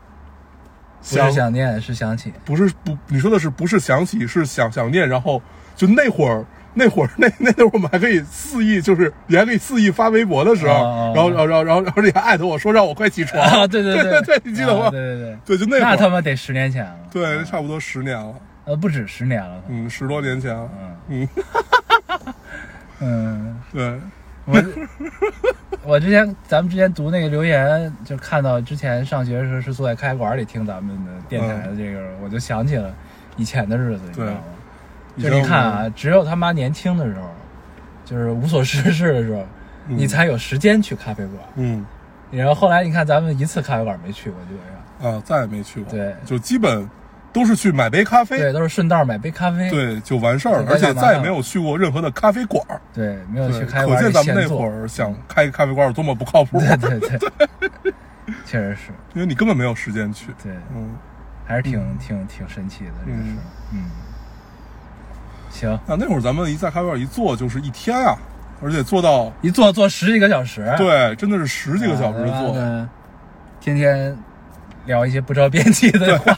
Speaker 1: 是想念，是想 起。
Speaker 3: 不是不，你说的是不是想起是想想念，然后就那会儿那会儿那那会儿我们还可以肆意，就是你还可以肆意发微博的时候，
Speaker 1: 哦哦哦
Speaker 3: 然后然后然后然后然后你还艾特 我说让我快起床，
Speaker 1: 啊，对对
Speaker 3: 对
Speaker 1: 对
Speaker 3: 你记得吗？
Speaker 1: 啊对对对，
Speaker 3: 对就那会
Speaker 1: 那
Speaker 3: 儿
Speaker 1: 他妈得十年前了，
Speaker 3: 对，差不多十年了，
Speaker 1: 呃，不止十年了，
Speaker 3: 嗯，十多年前了，嗯，
Speaker 1: 嗯，
Speaker 3: 对，
Speaker 1: 我我之前咱们之前读那个留言，就看到之前上学的时候是坐在咖啡馆里听咱们的电台
Speaker 3: 嗯
Speaker 1: 的这个，我就想起了以前的日子，你知道吗？
Speaker 3: 以
Speaker 1: 就
Speaker 3: 前
Speaker 1: 是你看
Speaker 3: 我
Speaker 1: 啊，
Speaker 3: 们，
Speaker 1: 只有他妈年轻的时候，就是无所事事的时候，
Speaker 3: 嗯
Speaker 1: 你才有时间去咖啡馆。
Speaker 3: 嗯
Speaker 1: 然后后来你看，咱们一次咖啡馆没去过，基本上
Speaker 3: 啊，再也没去过，
Speaker 1: 对
Speaker 3: 就基本都是去买杯咖啡，
Speaker 1: 对，都是顺道买杯咖啡。
Speaker 3: 哎对，就完事儿，
Speaker 1: 就
Speaker 3: 而
Speaker 1: 在家
Speaker 3: 且
Speaker 1: 麻
Speaker 3: 再也
Speaker 1: 将
Speaker 3: 没有去过任何的咖啡馆儿。
Speaker 1: 对，没有
Speaker 3: 对，
Speaker 1: 去咖啡
Speaker 3: 可
Speaker 1: 馆
Speaker 3: 见
Speaker 1: 里
Speaker 3: 咱们
Speaker 1: 闲
Speaker 3: 那
Speaker 1: 坐
Speaker 3: 会。儿想开咖啡馆儿多么不靠谱，
Speaker 1: 嗯
Speaker 3: 啊
Speaker 1: 对对对， 确实是，
Speaker 3: 因为你根本没有时间去。
Speaker 1: 对，
Speaker 3: 嗯，
Speaker 1: 还是挺挺挺神奇的这个事儿。嗯，行，
Speaker 3: 那那会儿咱们一在咖啡馆儿一坐就是一天啊，而且坐到
Speaker 1: 一坐坐十几个小时，
Speaker 3: 对，真的是十几个小时
Speaker 1: 啊
Speaker 3: 坐，
Speaker 1: 那天天聊一些不着边际的话。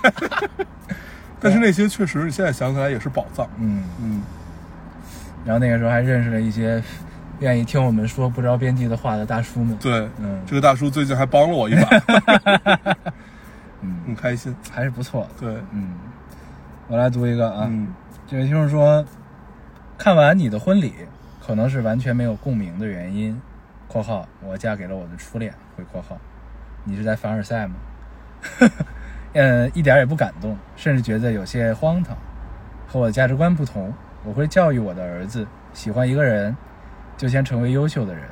Speaker 3: 但是那些确实你现在想起来也是宝藏。
Speaker 1: 嗯，
Speaker 3: 嗯，
Speaker 1: 然后那个时候还认识了一些愿意听我们说不着边际的话的大叔们。，
Speaker 3: 对，
Speaker 1: 嗯
Speaker 3: 这个大叔最近还帮了 我一把，
Speaker 1: 嗯，
Speaker 3: 很开心。
Speaker 1: 还是不错的。
Speaker 3: 对，
Speaker 1: 嗯，我来读一个啊，
Speaker 3: 嗯
Speaker 1: 这位听众说，看完你的婚礼，可能是完全没有共鸣的原因。（括号我嫁给了我的初恋。）回括号，你是在凡尔赛吗？ 嗯，一点也不感动，甚至觉得有些荒唐，和我的价值观不同。我会教育我的儿子，喜欢一个人，就先成为优秀的人，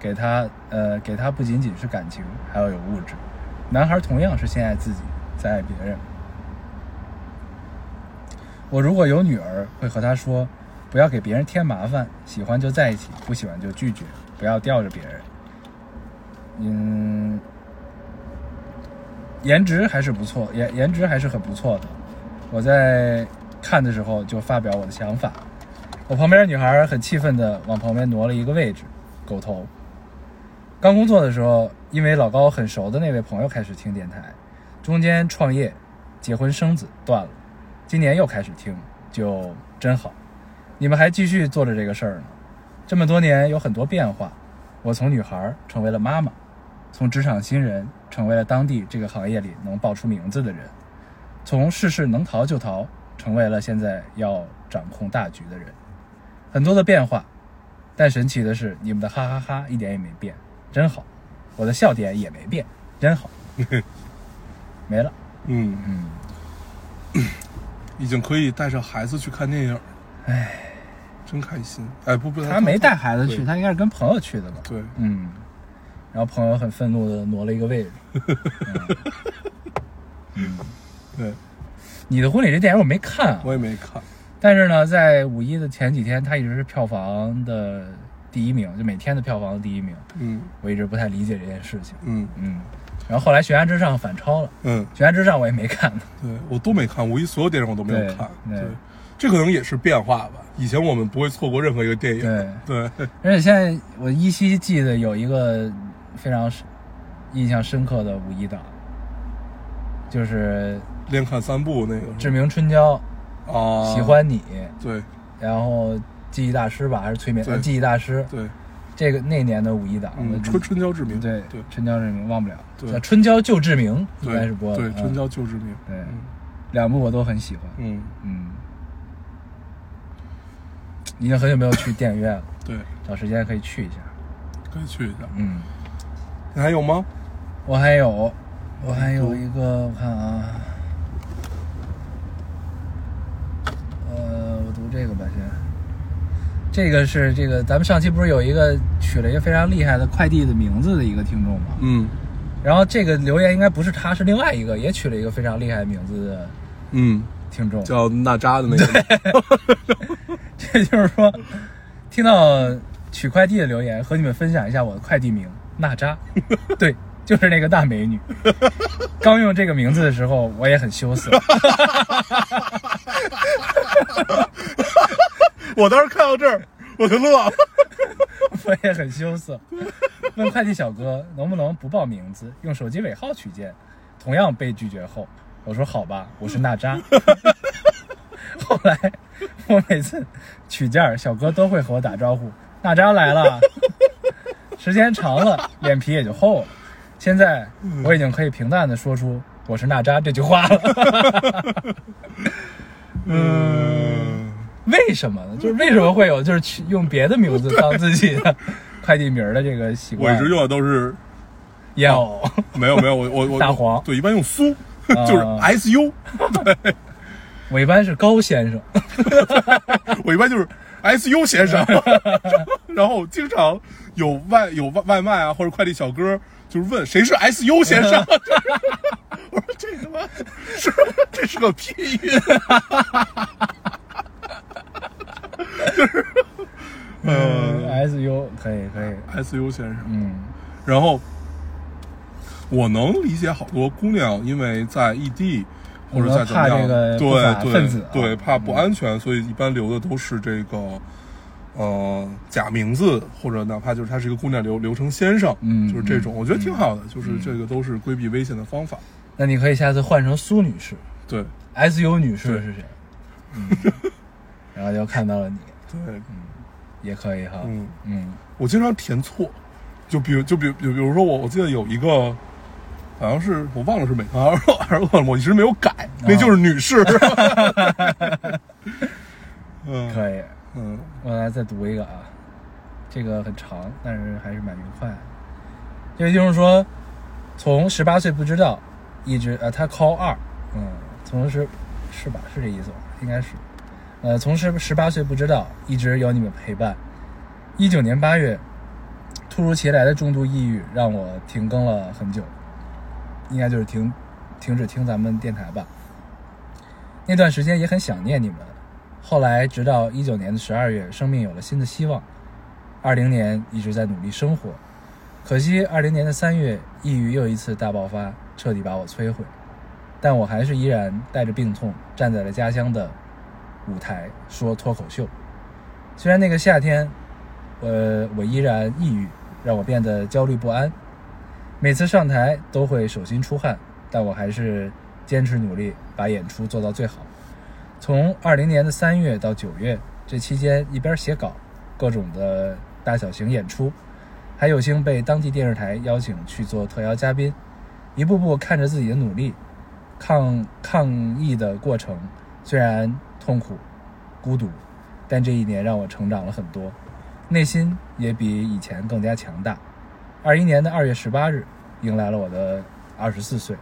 Speaker 1: 给他呃，给他不仅仅是感情，还要有物质。男孩同样是先爱自己，再爱别人。我如果有女儿，会和她说，不要给别人添麻烦，喜欢就在一起，不喜欢就拒绝，不要吊着别人。嗯，颜值还是不错，颜颜值还是很不错的。我在看的时候就发表我的想法，我旁边的女孩很气愤的往旁边挪了一个位置，狗头。刚工作的时候，因为老高很熟的那位朋友开始听电台，中间创业、结婚生子断了，今年又开始听，就真好。你们还继续做着这个事儿呢，这么多年有很多变化，我从女孩儿成为了妈妈，从职场新人成为了当地这个行业里能报出名字的人，从事事能逃就逃成为了现在要掌控大局的人，很多的变化，但神奇的是你们的哈哈哈一点也没变，真好，我的笑点也没变，真好，没了，
Speaker 3: 嗯，
Speaker 1: 嗯。
Speaker 3: 已经可以带着孩子去看电影，哎，真开心。哎，不不，
Speaker 1: 他没带孩子去，
Speaker 3: 对
Speaker 1: 他应该是跟朋友去的吧？
Speaker 3: 对，
Speaker 1: 嗯，然后朋友很愤怒的挪了一个位置。
Speaker 3: 对
Speaker 1: 你的婚礼这电影我没看啊，
Speaker 3: 我也没看。
Speaker 1: 但是呢，在五一的前几天，它一直是票房的第一名，就每天的票房的第一名。
Speaker 3: 嗯
Speaker 1: 我一直不太理解这件事情。
Speaker 3: 嗯
Speaker 1: 嗯，然后后来《悬崖之上》反超了，
Speaker 3: 嗯，
Speaker 1: 《悬崖之上》我也没看呢。
Speaker 3: 对我都没看，我一所有电影我都没有
Speaker 1: 对
Speaker 3: 看。
Speaker 1: 对
Speaker 3: 对，这可能也是变化吧。以前我们不会错过任何一个电影。
Speaker 1: 对
Speaker 3: 对
Speaker 1: 而且现在我依稀记得有一个非常印象深刻的五一档，就是
Speaker 3: 连看三部那
Speaker 1: 《
Speaker 3: 个是
Speaker 1: 志明春娇》
Speaker 3: 吧啊，
Speaker 1: 喜。欢你，
Speaker 3: 对
Speaker 1: 然后记忆大师吧，还是催眠？
Speaker 3: 对
Speaker 1: 呃记忆大师，
Speaker 3: 对，
Speaker 1: 这个那年的五一档，我
Speaker 3: 嗯，春春娇志明。
Speaker 1: 对
Speaker 3: 对
Speaker 1: 春娇志明忘不了，
Speaker 3: 对
Speaker 1: 叫春娇救志明，应该
Speaker 3: 对
Speaker 1: 是播的。
Speaker 3: 对，
Speaker 1: 嗯
Speaker 3: 春娇救志明。
Speaker 1: 对
Speaker 3: 嗯
Speaker 1: 两部我都很喜欢，
Speaker 3: 嗯，
Speaker 1: 嗯，已经很久没有去电影院了，
Speaker 3: 对，
Speaker 1: 找时间可以去一下。
Speaker 3: 可以去一下。
Speaker 1: 嗯，
Speaker 3: 你还有吗？
Speaker 1: 我还有，我还有一个，我看啊，呃，我读这个吧先。这个是这个，咱们上期不是有一个取了一个非常厉害的快递的名字的一个听众吗？
Speaker 3: 嗯
Speaker 1: 然后这个留言应该不是他，是另外一个也取了一个非常厉害名字的
Speaker 3: 嗯，
Speaker 1: 听众。
Speaker 3: 叫娜扎的那个。
Speaker 1: 这就是说，听到取快递的留言，和你们分享一下我的快递名娜扎，对，就是那个大美女。刚用这个名字的时候，我也很羞涩。
Speaker 3: 我当时看到这儿，我就乐了。
Speaker 1: 我也很羞涩，问快递小哥能不能不报名字，用手机尾号取件，同样被拒绝后，我说好吧，我是娜扎。 后来我每次取件儿，小哥都会和我打招呼，娜扎来了。时间长了，脸皮也就厚了。现在我已经可以平淡的说出“我是娜扎”这句话了。
Speaker 3: 嗯，
Speaker 1: 为什么呢？就是为什么会有就是取用别的名字当自己的 快递名儿的这个习
Speaker 3: 我
Speaker 1: 惯？
Speaker 3: 一直用的都是
Speaker 1: 烟偶。
Speaker 3: 没有没有，我我我
Speaker 1: 大黄
Speaker 3: 对，一般用苏， 就是
Speaker 1: 啊
Speaker 3: S U，
Speaker 1: 我一般是高先生，
Speaker 3: 我一般就是 S U 先生，然后经常有外有外外卖啊或者快递小哥就是问谁是 S U 先生， 我说这他妈是这是个拼音，就是，嗯
Speaker 1: 嗯，S U 可以可以，
Speaker 3: S U 先生，
Speaker 1: 嗯
Speaker 3: 然后我能理解好多姑娘，因为在异地或者在怎么
Speaker 1: 怕这
Speaker 3: 样，
Speaker 1: 个不法
Speaker 3: 对对
Speaker 1: 分子啊
Speaker 3: 对，怕不安全，所以一般留的都是这个呃假名字，或者哪怕就是他是一个姑娘留留成先生，
Speaker 1: 嗯
Speaker 3: 就是这种，我觉得挺好的，就是这个都是规避危险的方法。
Speaker 1: 那你可以下次换成苏女士
Speaker 3: 对
Speaker 1: ，S U 女士是谁？ 嗯，然后就看到了你，
Speaker 3: 对，
Speaker 1: 也可以哈，
Speaker 3: 嗯，
Speaker 1: 嗯
Speaker 3: 我经常填错，就比如就比如就比如说我我记得有一个。好像是我忘了是美团还是还是饿了么，我一直没有改， 那就是女士。 嗯，
Speaker 1: 可以。
Speaker 3: 嗯，
Speaker 1: 我来再读一个啊，这个很长，但是还是蛮愉快的。也就是说，从十八岁不知道，一直呃，他 call 二，嗯，从十是吧？是这意思吧？应该是，呃，从十十八岁不知道，一直有你们陪伴。一九年八月，突如其来的重度抑郁让我停更了很久，应该就是停停止听咱们电台吧。那段时间也很想念你们，后来直到一九年的十二月，生命有了新的希望。二零年一直在努力生活，可惜二零年的三月，抑郁又一次大爆发，彻底把我摧毁。但我还是依然带着病痛站在了家乡的舞台说脱口秀。虽然那个夏天，呃，我依然抑郁，让我变得焦虑不安。每次上台都会手心出汗，但我还是坚持努力，把演出做到最好。从二零年的三月到九月，这期间一边写稿，各种的大小型演出，还有幸被当地电视台邀请去做特邀嘉宾，一步步看着自己的努力，抗抗疫的过程虽然痛苦、孤独，但这一年让我成长了很多，内心也比以前更加强大。二一年的二月十八日，迎来了我的二十四岁，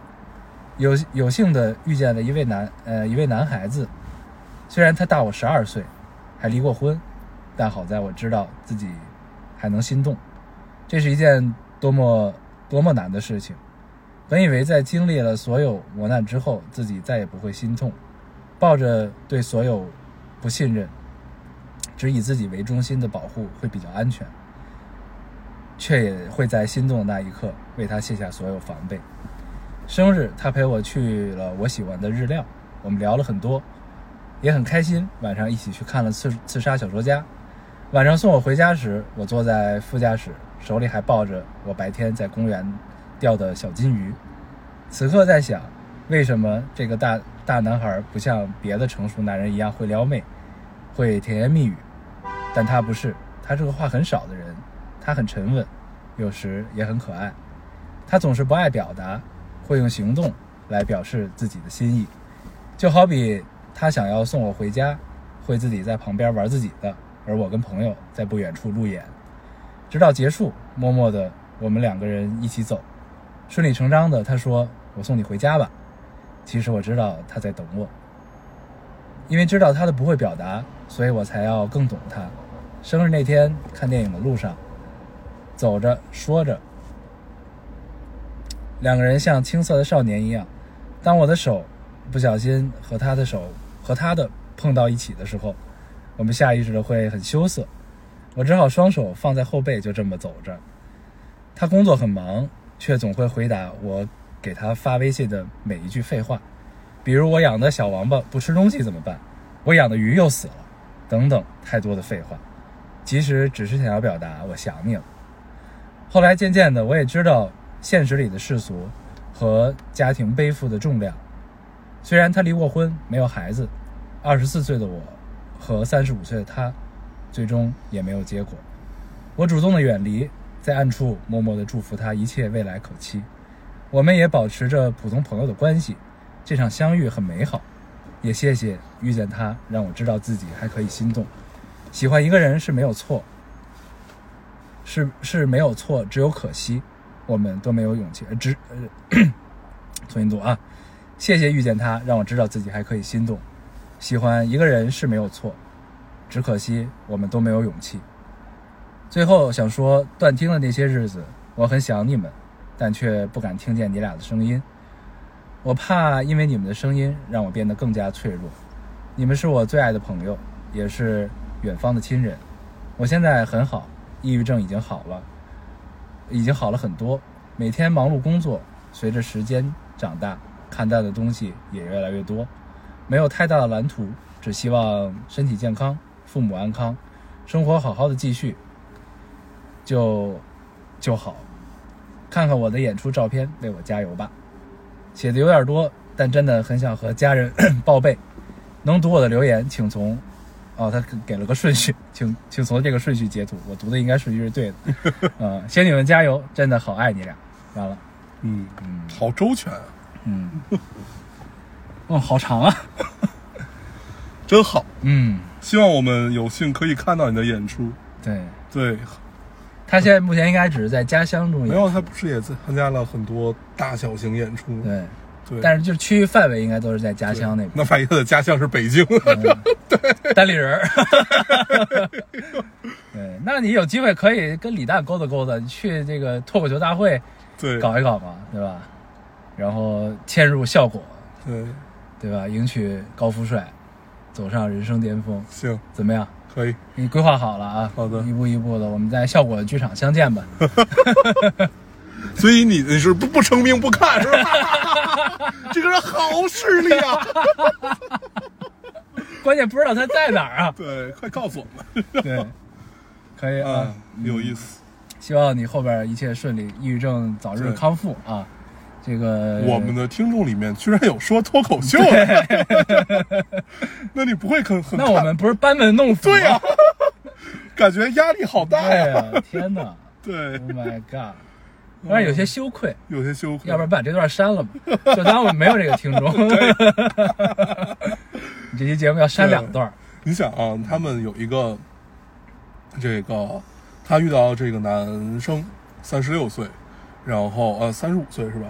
Speaker 1: 有有幸的遇见了一位男呃一位男孩子，虽然他大我十二岁，还离过婚，但好在我知道自己还能心动，这是一件多么多么难的事情。本以为在经历了所有磨难之后，自己再也不会心痛，抱着对所有不信任，只以自己为中心的保护会比较安全，却也会在心动的那一刻为他卸下所有防备。生日，他陪我去了我喜欢的日料，我们聊了很多，也很开心。晚上一起去看了刺《刺杀小说家》，晚上送我回家时，我坐在副驾驶，手里还抱着我白天在公园钓的小金鱼。此刻在想，为什么这个大大男孩不像别的成熟男人一样会撩妹，会甜言蜜语？但他不是，他是个话很少的人，他很沉稳，有时也很可爱。他总是不爱表达，会用行动来表示自己的心意。就好比他想要送我回家，会自己在旁边玩自己的，而我跟朋友在不远处路演，直到结束，默默的我们两个人一起走，顺理成章的他说：“我送你回家吧。”其实我知道他在等我，因为知道他的不会表达，所以我才要更懂他。生日那天看电影的路上，走着说着，两个人像青涩的少年一样。当我的手不小心和他的手和他的碰到一起的时候，我们下意识的会很羞涩。我只好双手放在后背，就这么走着。他工作很忙，却总会回答我给他发微信的每一句废话，比如我养的小王八不吃东西怎么办？我养的鱼又死了，等等，太多的废话。其实只是想要表达我想你了。后来渐渐的，我也知道现实里的世俗和家庭背负的重量。虽然他离过婚，没有孩子，二十四岁的我和三十五岁的他，最终也没有结果。我主动的远离，在暗处默默的祝福他一切未来可期。我们也保持着普通朋友的关系，这场相遇很美好，也谢谢遇见他，让我知道自己还可以心动。喜欢一个人是没有错，是是没有错，只有可惜，我们都没有勇气。呃只呃，重新读啊，谢谢遇见他，让我知道自己还可以心动。喜欢一个人是没有错，只可惜我们都没有勇气。最后想说，断听的那些日子，我很想你们，但却不敢听见你俩的声音。我怕因为你们的声音让我变得更加脆弱。你们是我最爱的朋友，也是远方的亲人。我现在很好，抑郁症已经好了，已经好了很多。每天忙碌工作，随着时间长大，看到的东西也越来越多。没有太大的蓝图，只希望身体健康，父母安康，生活好好的继续，就就好。看看我的演出照片，为我加油吧。写的有点多，但真的很想和家人 报备。能读我的留言，请从哦，他给了个顺序， 请请从这个顺序截图。我读的应该顺序是对的。 嗯、先你们加油，真的好爱你俩。完了，
Speaker 3: 嗯，
Speaker 1: 嗯
Speaker 3: 好周全啊，
Speaker 1: 嗯， 哦，好长啊。
Speaker 3: 真好。
Speaker 1: 嗯，
Speaker 3: 希望我们有幸可以看到你的演出。
Speaker 1: 对
Speaker 3: 对，
Speaker 1: 他现在目前应该只是在家乡中
Speaker 3: 没
Speaker 1: 演，
Speaker 3: 有他不是也参加了很多大小型演出？
Speaker 1: 对，
Speaker 3: 对，
Speaker 1: 但是就是区域范围应该都是在家乡那边。嗯
Speaker 3: 那万一他的家乡是北京，
Speaker 1: 单立人儿。 对，那你有机会可以跟李诞勾搭勾搭，你去这个脱口秀大会
Speaker 3: 对
Speaker 1: 搞一搞嘛，对吧？然后嵌入效果，
Speaker 3: 对，
Speaker 1: 对吧？迎娶高富帅，走上人生巅峰，
Speaker 3: 行，
Speaker 1: 怎么样？
Speaker 3: 可以，
Speaker 1: 你规划好了啊？
Speaker 3: 好的
Speaker 1: 一步一步的，我们在效果剧场相见吧。
Speaker 3: 所以你你是不不成名不看是 吧？这个人好势利啊！？
Speaker 1: 关键不知道他在哪儿啊
Speaker 3: 对，快告诉我们
Speaker 1: 对，可以啊
Speaker 3: 啊。，有意思。
Speaker 1: 希望你后边一切顺利，抑郁症早日
Speaker 3: 对
Speaker 1: 康复啊！这个
Speaker 3: 我们的听众里面居然有说脱口秀的， 那你不会很很
Speaker 1: 那我们不是班门弄斧吗？
Speaker 3: 对 呀、感觉压力好大
Speaker 1: 对
Speaker 3: 呀。
Speaker 1: 呀，天哪
Speaker 3: 对
Speaker 1: ！Oh，my god！有点有些羞愧，
Speaker 3: 有些羞愧。
Speaker 1: 要不然把这段删了吧，就当我们没有这个听众。 你这期节目要删两段儿，
Speaker 3: 你想啊，他们有一个这个，他遇到这个男生，三十六岁，然后呃三十五岁是吧？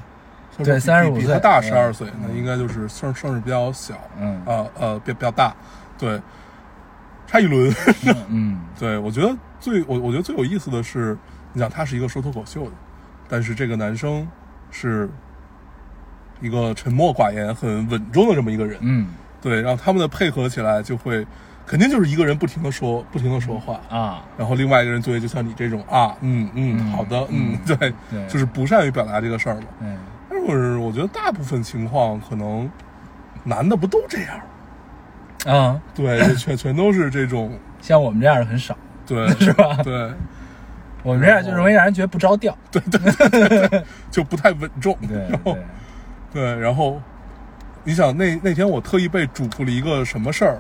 Speaker 1: 对
Speaker 3: 比
Speaker 1: 35
Speaker 3: 比比
Speaker 1: 岁
Speaker 3: 他大
Speaker 1: 嗯
Speaker 3: 十二岁，那应该就是算算是比较小，
Speaker 1: 嗯
Speaker 3: 啊呃比比较大，对，差一轮。
Speaker 1: 嗯，
Speaker 3: 对，我觉得最我我觉得最有意思的是，你想他是一个说脱口秀的，但是这个男生是一个沉默寡言、很稳重的这么一个人，
Speaker 1: 嗯
Speaker 3: 对，然后他们的配合起来就会，肯定就是一个人不停的说，不停的说话，
Speaker 1: 啊，
Speaker 3: 然后另外一个人就会就像你这种啊，嗯嗯，
Speaker 1: 嗯
Speaker 3: 好的，嗯，对，
Speaker 1: 对
Speaker 3: 就是不善于表达这个事儿嘛。
Speaker 1: 嗯，
Speaker 3: 但是我觉得大部分情况可能男的不都这样，
Speaker 1: 啊，
Speaker 3: 对， 就全全都是这种，
Speaker 1: 像我们这样的很少，
Speaker 3: 对，
Speaker 1: 是吧
Speaker 3: 对。
Speaker 1: 我们这样就容易让人觉得不着调。
Speaker 3: 就不太稳重，
Speaker 1: 对
Speaker 3: 然后
Speaker 1: 对，
Speaker 3: 对，然后你想那那天我特意被嘱咐了一个什么事儿，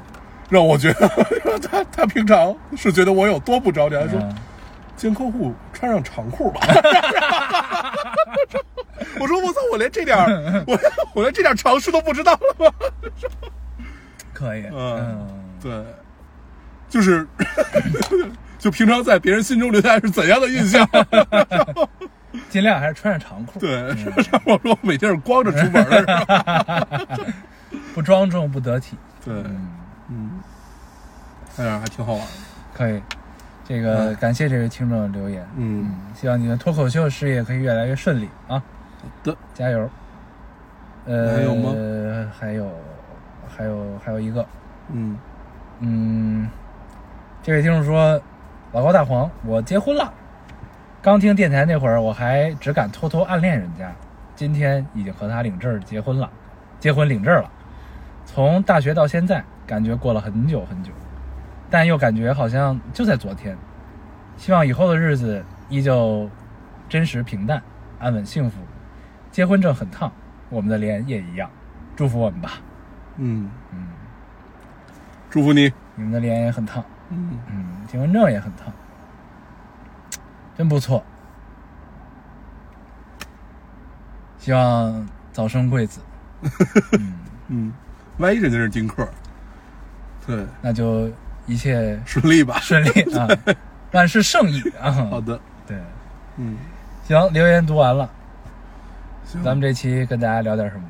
Speaker 3: 让我觉得他他平常是觉得我有多不着调，他说
Speaker 1: 嗯
Speaker 3: 见客户穿上长裤 吧。我说我操，我连这 点儿我我连这点儿常识都不知道了吗？
Speaker 1: 可以，嗯
Speaker 3: 嗯，对，就是 就平常在别人心中留下是怎样的印象？
Speaker 1: 尽量还是穿上长裤，嗯
Speaker 3: 对，然后我说我每天是光着出门儿的，是吧？
Speaker 1: 不庄重不得体。
Speaker 3: 对，
Speaker 1: 嗯，
Speaker 3: 嗯，哎呀，还挺好玩的。
Speaker 1: 可以。这个感谢这位听众的留言，
Speaker 3: 嗯，
Speaker 1: 希望你的脱口秀事业可以越来越顺利啊！
Speaker 3: 好的，
Speaker 1: 加油。呃，
Speaker 3: 还有
Speaker 1: 吗？还有，还有，还有一个，
Speaker 3: 嗯，
Speaker 1: 嗯，这位听众说，老高大黄，我结婚了。刚听电台那会儿，我还只敢偷偷暗恋人家，今天已经和他领证儿结婚了，结婚领证儿了。从大学到现在，感觉过了很久很久，但又感觉好像就在昨天。希望以后的日子依旧真实平淡、安稳幸福，结婚证很烫，我们的脸也一样，祝福我们吧。
Speaker 3: 嗯，
Speaker 1: 嗯，
Speaker 3: 祝福你。
Speaker 1: 你们的脸也很烫，
Speaker 3: 嗯，
Speaker 1: 嗯，结婚证也很烫，真不错。希望早生贵子，
Speaker 3: 嗯，万一人家是丁克儿，对，
Speaker 1: 那就一切
Speaker 3: 顺利吧。
Speaker 1: 顺利啊，万事胜意啊
Speaker 3: 好。的，
Speaker 1: 对，
Speaker 3: 嗯，
Speaker 1: 行，留言读完了，
Speaker 3: 行，
Speaker 1: 咱们这期跟大家聊点什么？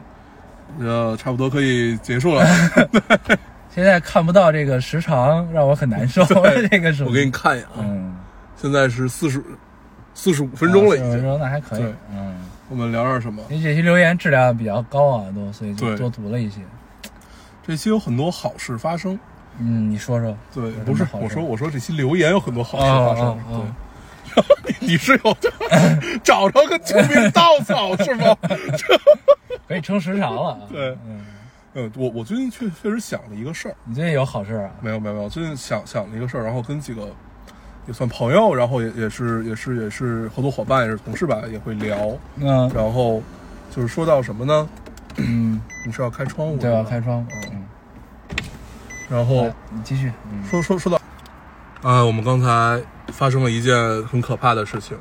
Speaker 3: 呃差不多可以结束了。
Speaker 1: 哎现在看不到这个时长，让我很难受。 这个手机
Speaker 3: 我给你，看一眼啊，
Speaker 1: 嗯，
Speaker 3: 现在是四十四十五分钟了，已
Speaker 1: 啊40分哎
Speaker 3: 经。
Speaker 1: 钟那还可以
Speaker 3: 对，
Speaker 1: 嗯，
Speaker 3: 我们聊点什么？
Speaker 1: 因为这期留言质量比较高啊，都所以就
Speaker 3: 对
Speaker 1: 多读了一些。
Speaker 3: 这期有很多好事发生。
Speaker 1: 嗯，你说说，
Speaker 3: 对，
Speaker 1: 有什
Speaker 3: 不
Speaker 1: 么
Speaker 3: 是
Speaker 1: 好事
Speaker 3: 我说，我说这期留言有很多好事发
Speaker 1: 哦哦哦
Speaker 3: 生。对，你你是有 找着个救命稻草是吗？
Speaker 1: 可以撑时长了啊。
Speaker 3: 对
Speaker 1: 嗯，
Speaker 3: 嗯，我我最近确确实想了一个事儿，
Speaker 1: 你最近有好事啊？
Speaker 3: 没有没有没有，最近想想了一个事儿，然后跟几个也算朋友，然后也也是也是也是合作伙伴，也是同事吧，也会聊。
Speaker 1: 那
Speaker 3: 然后就是说到什么呢？
Speaker 1: 嗯，
Speaker 3: 你是要开窗户
Speaker 1: 对吧？
Speaker 3: 吧
Speaker 1: 开。窗户，嗯，
Speaker 3: 然后
Speaker 1: 来你继续，嗯，
Speaker 3: 说说说到，啊，我们刚才发生了一件很可怕的事情，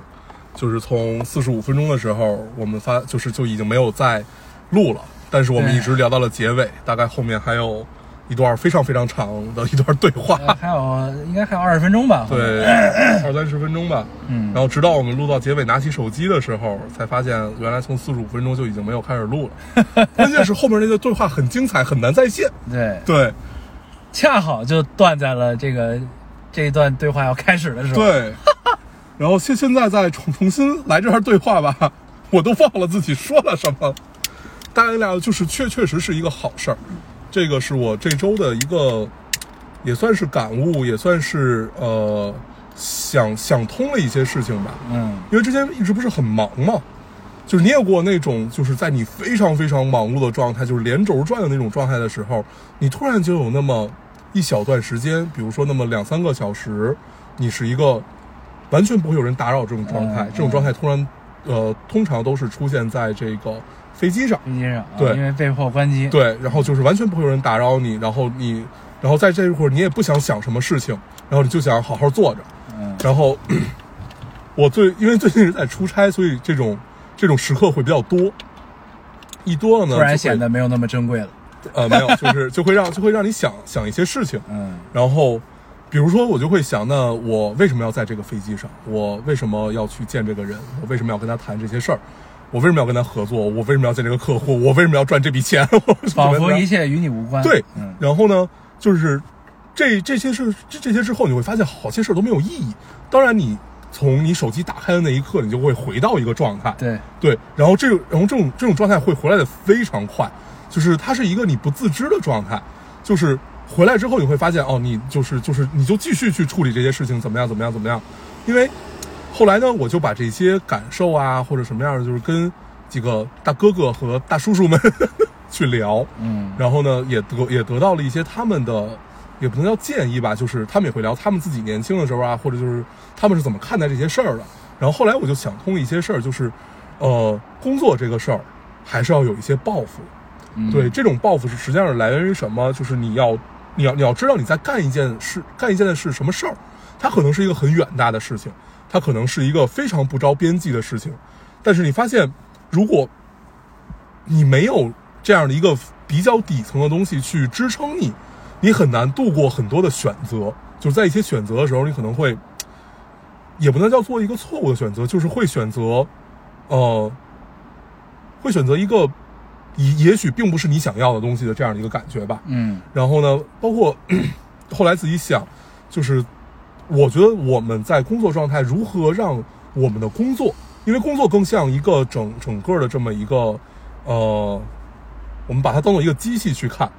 Speaker 3: 就是从四十五分钟的时候，我们发就是就已经没有再录了，但是我们
Speaker 1: 对
Speaker 3: 一直聊到了结尾，大概后面还有一段非常非常长的一段对话。
Speaker 1: 呃还有应该还有二十分钟吧？好像，
Speaker 3: 对，二三十分钟吧。
Speaker 1: 嗯，
Speaker 3: 然后直到我们录到结尾，拿起手机的时候，才发现原来从四十五分钟就已经没有开始录了。关键是后面那个对话很精彩，很难再现。
Speaker 1: 对，
Speaker 3: 对
Speaker 1: 恰好就断在了这个这一段对话要开始的时候。，
Speaker 3: 对。然后现现在再重重新来这段对话吧， 我都忘了自己说了什么。大家俩就是确确实是一个好事儿，这个是我这周的一个，也算是感悟，也算是呃想想通了一些事情吧。
Speaker 1: 嗯，
Speaker 3: 因为之前一直不是很忙嘛，就是你也过那种就是在你非常非常忙碌的状态，就是连轴转的那种状态的时候，你突然就有那么一小段时间，比如说那么两三个小时，你是一个完全不会有人打扰这种状态，
Speaker 1: 嗯
Speaker 3: 这种状态突然呃通常都是出现在这个飞机上，
Speaker 1: 飞机上啊，
Speaker 3: 对
Speaker 1: 因为被迫关机。，
Speaker 3: 对，然后就是完全不会有人打扰你，然后你然后在这一会儿你也不想想什么事情，然后你就想好好坐着，
Speaker 1: 嗯，
Speaker 3: 然后我最因为最近是在出差，所以这种这种时刻会比较多。一多了呢，
Speaker 1: 突然
Speaker 3: 就会
Speaker 1: 显得没有那么珍贵了。
Speaker 3: 呃没有，就是就会让就会让你想想一些事情。
Speaker 1: 嗯
Speaker 3: 然后，比如说我就会想，那我为什么要在这个飞机上？我为什么要去见这个人？我为什么要跟他谈这些事儿？我为什么要跟他合作？我为什么要见这个客户？我为什么要赚这笔钱？ 我为什么
Speaker 1: 仿
Speaker 3: 要
Speaker 1: 佛
Speaker 3: 跟他
Speaker 1: 一切与你无关。
Speaker 3: 对
Speaker 1: 嗯，
Speaker 3: 然后呢，就是这这些事这这些之后，你会发现好些事儿都没有意义。当然，你从你手机打开的那一刻，你就会回到一个状态。
Speaker 1: 对，
Speaker 3: 对，然后这种然后这种这种状态会回来的非常快，就是它是一个你不自知的状态，就是回来之后你会发现哦，你就是就是你就继续去处理这些事情，怎么样怎么样怎么样，因为后来呢，我就把这些感受啊或者什么样的，就是跟几个大哥哥和大叔叔们 去聊，
Speaker 1: 嗯
Speaker 3: 然后呢，也得也得到了一些他们的，也不能叫建议吧，就是他们也会聊他们自己年轻的时候啊，或者就是他们是怎么看待这些事儿的。然后后来我就想通了一些事儿，就是，呃，工作这个事儿还是要有一些抱负。
Speaker 1: 嗯，
Speaker 3: 对，这种报复是实际上是来源于什么？就是你要，你要，你要知道你在干一件事，干一件的是什么事儿。它可能是一个很远大的事情，它可能是一个非常不着边际的事情。但是你发现，如果你没有这样的一个比较底层的东西去支撑你，你很难度过很多的选择。就是在一些选择的时候，你可能会，也不能叫做一个错误的选择，就是会选择，呃，会选择一个也也许并不是你想要的东西的这样的一个感觉吧。
Speaker 1: 嗯
Speaker 3: 然后呢，包括 后来自己想，就是我觉得我们在工作状态如何让我们的工作，因为工作更像一个整整个的这么一个呃，我们把它当做一个机器去看，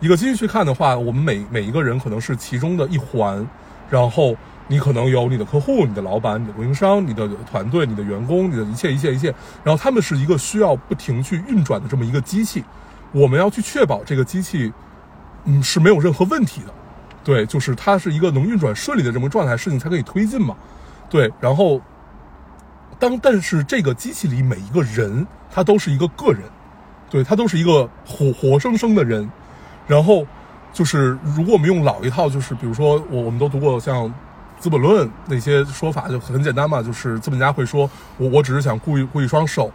Speaker 3: 一个机器去看的话，我们每每一个人可能是其中的一环，然后你可能有你的客户、你的老板、你的供应商、你的团队、你的员工、你的一切一切一切，然后他们是一个需要不停去运转的这么一个机器，我们要去确保这个机器，嗯，是没有任何问题的，对，就是它是一个能运转顺利的这么个状态，事情才可以推进嘛，对，然后当但是这个机器里每一个人他都是一个个人，对他都是一个活活生生的人。然后就是，如果我们用老一套，就是比如说我我们都读过像《资本论》那些说法，就很简单嘛，就是资本家会说，我我只是想雇一雇一双手，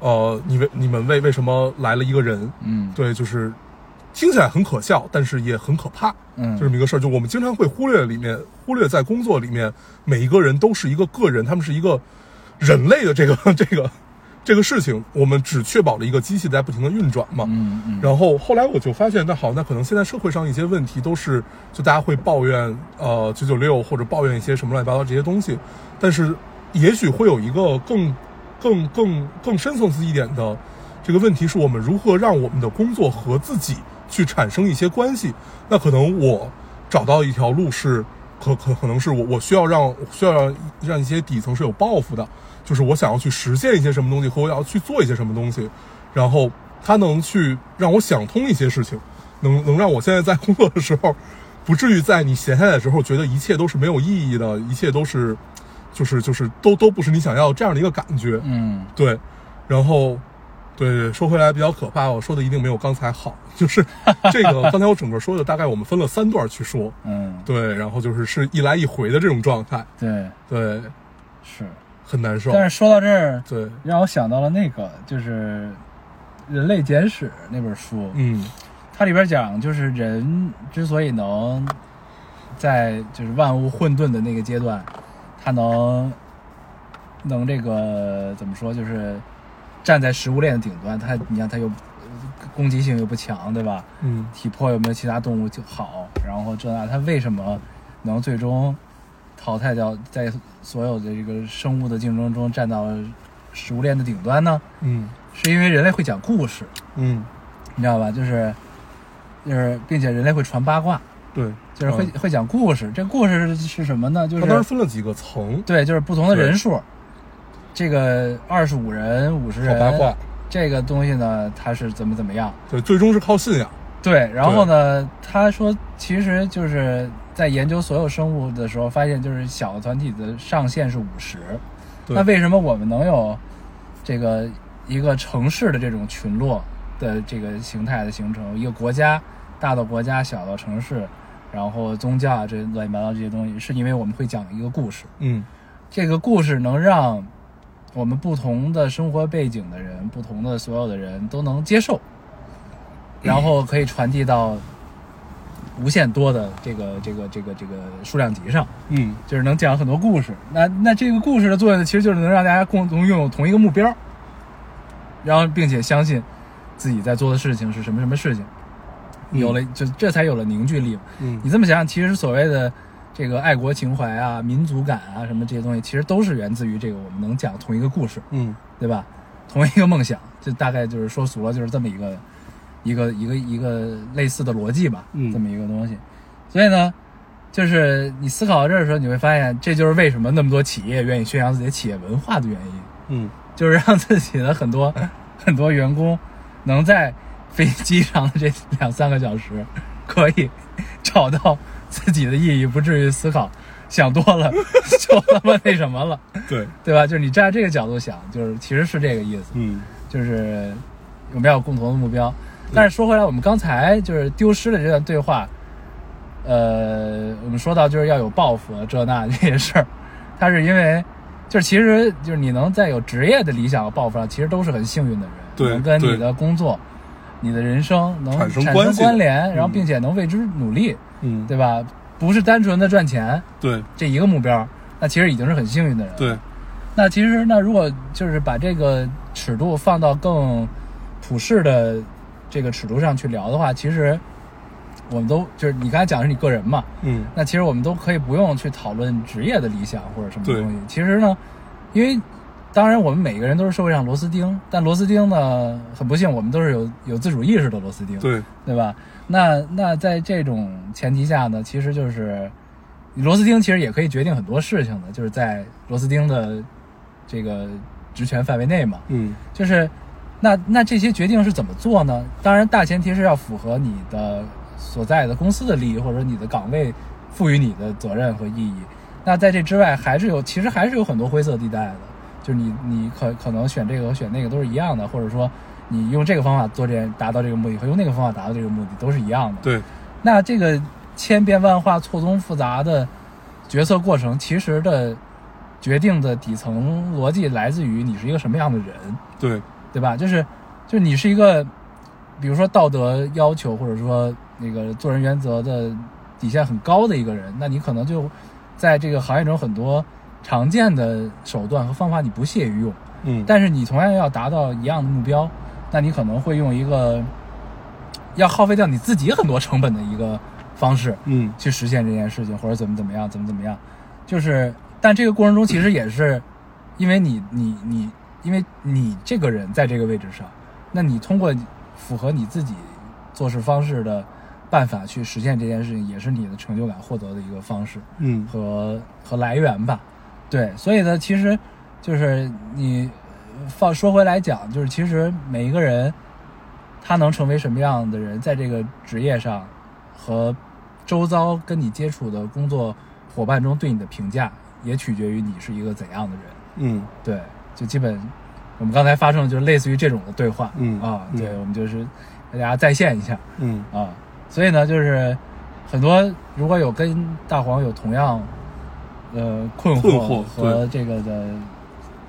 Speaker 3: 呃，你为你们为为什么来了一个人？
Speaker 1: 嗯
Speaker 3: 对，就是听起来很可笑，但是也很可怕。
Speaker 1: 嗯，
Speaker 3: 就这么一个事儿。就我们经常会忽略里面，忽略在工作里面，每一个人都是一个个人，他们是一个人类的这个 这个这个事情，我们只确保了一个机器在不停的运转嘛。
Speaker 1: 嗯嗯
Speaker 3: 然后后来我就发现，那好，那可能现在社会上一些问题都是，就大家会抱怨呃九九六或者抱怨一些什么乱七八糟这些东西，但是也许会有一个更更更更深层次一点的这个问题，是我们如何让我们的工作和自己去产生一些关系。那可能我找到一条路是。可可可能是我我需要让需要让让一些底层是有抱负的，就是我想要去实现一些什么东西和我要去做一些什么东西，然后它能去让我想通一些事情，能能让我现在在工作的时候，不至于在你闲下来的时候觉得一切都是没有意义的，一切都是，就是就是都都不是你想要这样的一个感觉。
Speaker 1: 嗯
Speaker 3: 对，然后对说回来比较可怕，我说的一定没有刚才好，就是这个刚才我整个说的大概我们分了三段去说，
Speaker 1: 嗯，
Speaker 3: 对，然后就是是一来一回的这种状态，
Speaker 1: 对，
Speaker 3: 对，
Speaker 1: 是。
Speaker 3: 很难受。
Speaker 1: 但是说到这儿，
Speaker 3: 对，
Speaker 1: 让我想到了那个，就是《人类简史》那本书，
Speaker 3: 嗯
Speaker 1: 它里边讲，就是人之所以能在就是万物混沌的那个阶段，他能能这个怎么说，就是站在食物链的顶端，他你看他又呃攻击性又不强，对吧？
Speaker 3: 嗯
Speaker 1: 体魄有没有其他动物就好，然后这那它为什么能最终淘汰掉在所有的这个生物的竞争中站到食物链的顶端呢？
Speaker 3: 嗯
Speaker 1: 是因为人类会讲故事，
Speaker 3: 嗯，
Speaker 1: 你知道吧？就是就是，并且人类会传八卦，
Speaker 3: 对，
Speaker 1: 就是会、
Speaker 3: 嗯
Speaker 1: 会讲故事。这故事是什么呢？就
Speaker 3: 他当时
Speaker 1: 是
Speaker 3: 分了几个层，
Speaker 1: 对，就是不同的
Speaker 3: 对
Speaker 1: 人数，这个二十五人、五十
Speaker 3: 好
Speaker 1: 人，
Speaker 3: 八卦，
Speaker 1: 这个东西呢，它是怎么怎么样？
Speaker 3: 对，最终是靠信仰。
Speaker 1: 对，然后呢，他说，其实就是在研究所有生物的时候，发现就是小团体的上限是五十。
Speaker 3: 对
Speaker 1: 那为什么我们能有这个一个城市的这种群落的这个形态的形成？一个国家，大到国家，小到城市，然后宗教啊这乱七八糟这些东西，是因为我们会讲一个故事。
Speaker 3: 嗯
Speaker 1: 这个故事能让我们不同的生活背景的人、不同的所有的人都能接受，然后可以传递到无限多的这个这个这个这个数量级上，
Speaker 3: 嗯
Speaker 1: 就是能讲很多故事。那那这个故事的作用呢，其实就是能让大家共同拥有同一个目标，然后并且相信自己在做的事情是什么什么事情，
Speaker 3: 嗯
Speaker 1: 有了就这才有了凝聚力嘛。
Speaker 3: 嗯
Speaker 1: 你这么想想，其实所谓的这个爱国情怀啊、民族感啊什么这些东西，其实都是源自于这个我们能讲同一个故事，
Speaker 3: 嗯
Speaker 1: 对吧？同一个梦想，就大概就是说俗了，就是这么一个一个一个一个类似的逻辑吧，
Speaker 3: 嗯
Speaker 1: 这么一个东西。所以呢，就是你思考到这儿的时候，你会发现，这就是为什么那么多企业愿意宣扬自己的企业文化的原因。
Speaker 3: 嗯
Speaker 1: 就是让自己的很多 很多员工能在飞机上的这两三个小时，可以找到自己的意义，不至于思考想多了 就他妈那什么了，
Speaker 3: 对，
Speaker 1: 对吧？就是你站在这个角度想，就是其实是这个意思，
Speaker 3: 嗯
Speaker 1: 就是我们要有共同的目标。但是说回来，我们刚才就是丢失了这段对话，呃，我们说到就是要有抱负啊这那这些事儿，他是因为就是其实就是你能在有职业的理想和抱负上，其实都是很幸运的人，
Speaker 3: 对
Speaker 1: 能跟
Speaker 3: 对
Speaker 1: 你的工作、你的人生能
Speaker 3: 产
Speaker 1: 产
Speaker 3: 生
Speaker 1: 生
Speaker 3: 关系的
Speaker 1: 关联，然后
Speaker 3: 嗯
Speaker 1: 并且能为之努力，
Speaker 3: 嗯，
Speaker 1: 对吧？不是单纯的赚钱
Speaker 3: 对
Speaker 1: 这一个目标，那其实已经是很幸运的人了。
Speaker 3: 对，
Speaker 1: 那其实，那如果就是把这个尺度放到更普世的这个尺度上去聊的话，其实我们都就是你刚才讲的是你个人嘛，
Speaker 3: 嗯
Speaker 1: 那其实我们都可以不用去讨论职业的理想或者什么
Speaker 3: 对
Speaker 1: 东西。其实呢，因为当然我们每个人都是社会上螺丝钉，但螺丝钉呢，很不幸我们都是有有自主意识的螺丝钉，
Speaker 3: 嗯对
Speaker 1: 对吧？那那在这种前提下呢，其实就是螺丝钉其实也可以决定很多事情的，就是在螺丝钉的这个职权范围内嘛。
Speaker 3: 嗯
Speaker 1: 就是那那这些决定是怎么做呢？当然，大前提是要符合你的所在的公司的利益，或者说你的岗位赋予你的责任和意义。那在这之外，还是有其实还是有很多灰色地带的，就是你你可可能选这个和选那个都是一样的，或者说你用这个方法做这达到这个目的和用那个方法达到这个目的都是一样的。
Speaker 3: 对，
Speaker 1: 那这个千变万化、错综复杂的决策过程，其实的决定的底层逻辑来自于你是一个什么样的人，
Speaker 3: 对，
Speaker 1: 对吧？就是就是你是一个，比如说道德要求或者说那个做人原则的底线很高的一个人，那你可能就在这个行业中很多常见的手段和方法你不屑于用，
Speaker 3: 嗯，
Speaker 1: 但是你同样要达到一样的目标，那你可能会用一个要耗费掉你自己很多成本的一个方式
Speaker 3: 嗯，
Speaker 1: 去实现这件事情，或者怎么怎么样，怎么怎么样，就是，但这个过程中其实也是因为你你你，因为你这个人在这个位置上，那你通过符合你自己做事方式的办法去实现这件事情，也是你的成就感获得的一个方式。
Speaker 3: 嗯，
Speaker 1: 和和来源吧。对，所以呢，其实就是你呃放说回来讲，就是其实每一个人他能成为什么样的人，在这个职业上和周遭跟你接触的工作伙伴中对你的评价，也取决于你是一个怎样的人。
Speaker 3: 嗯，
Speaker 1: 对，就基本我们刚才发生的就是类似于这种的对话，
Speaker 3: 嗯
Speaker 1: 啊，
Speaker 3: 嗯
Speaker 1: 对，我们就是大家再现一下，
Speaker 3: 嗯，
Speaker 1: 啊，所以呢，就是很多如果有跟大黄有同样呃困
Speaker 3: 困
Speaker 1: 惑
Speaker 3: 惑
Speaker 1: 和这个的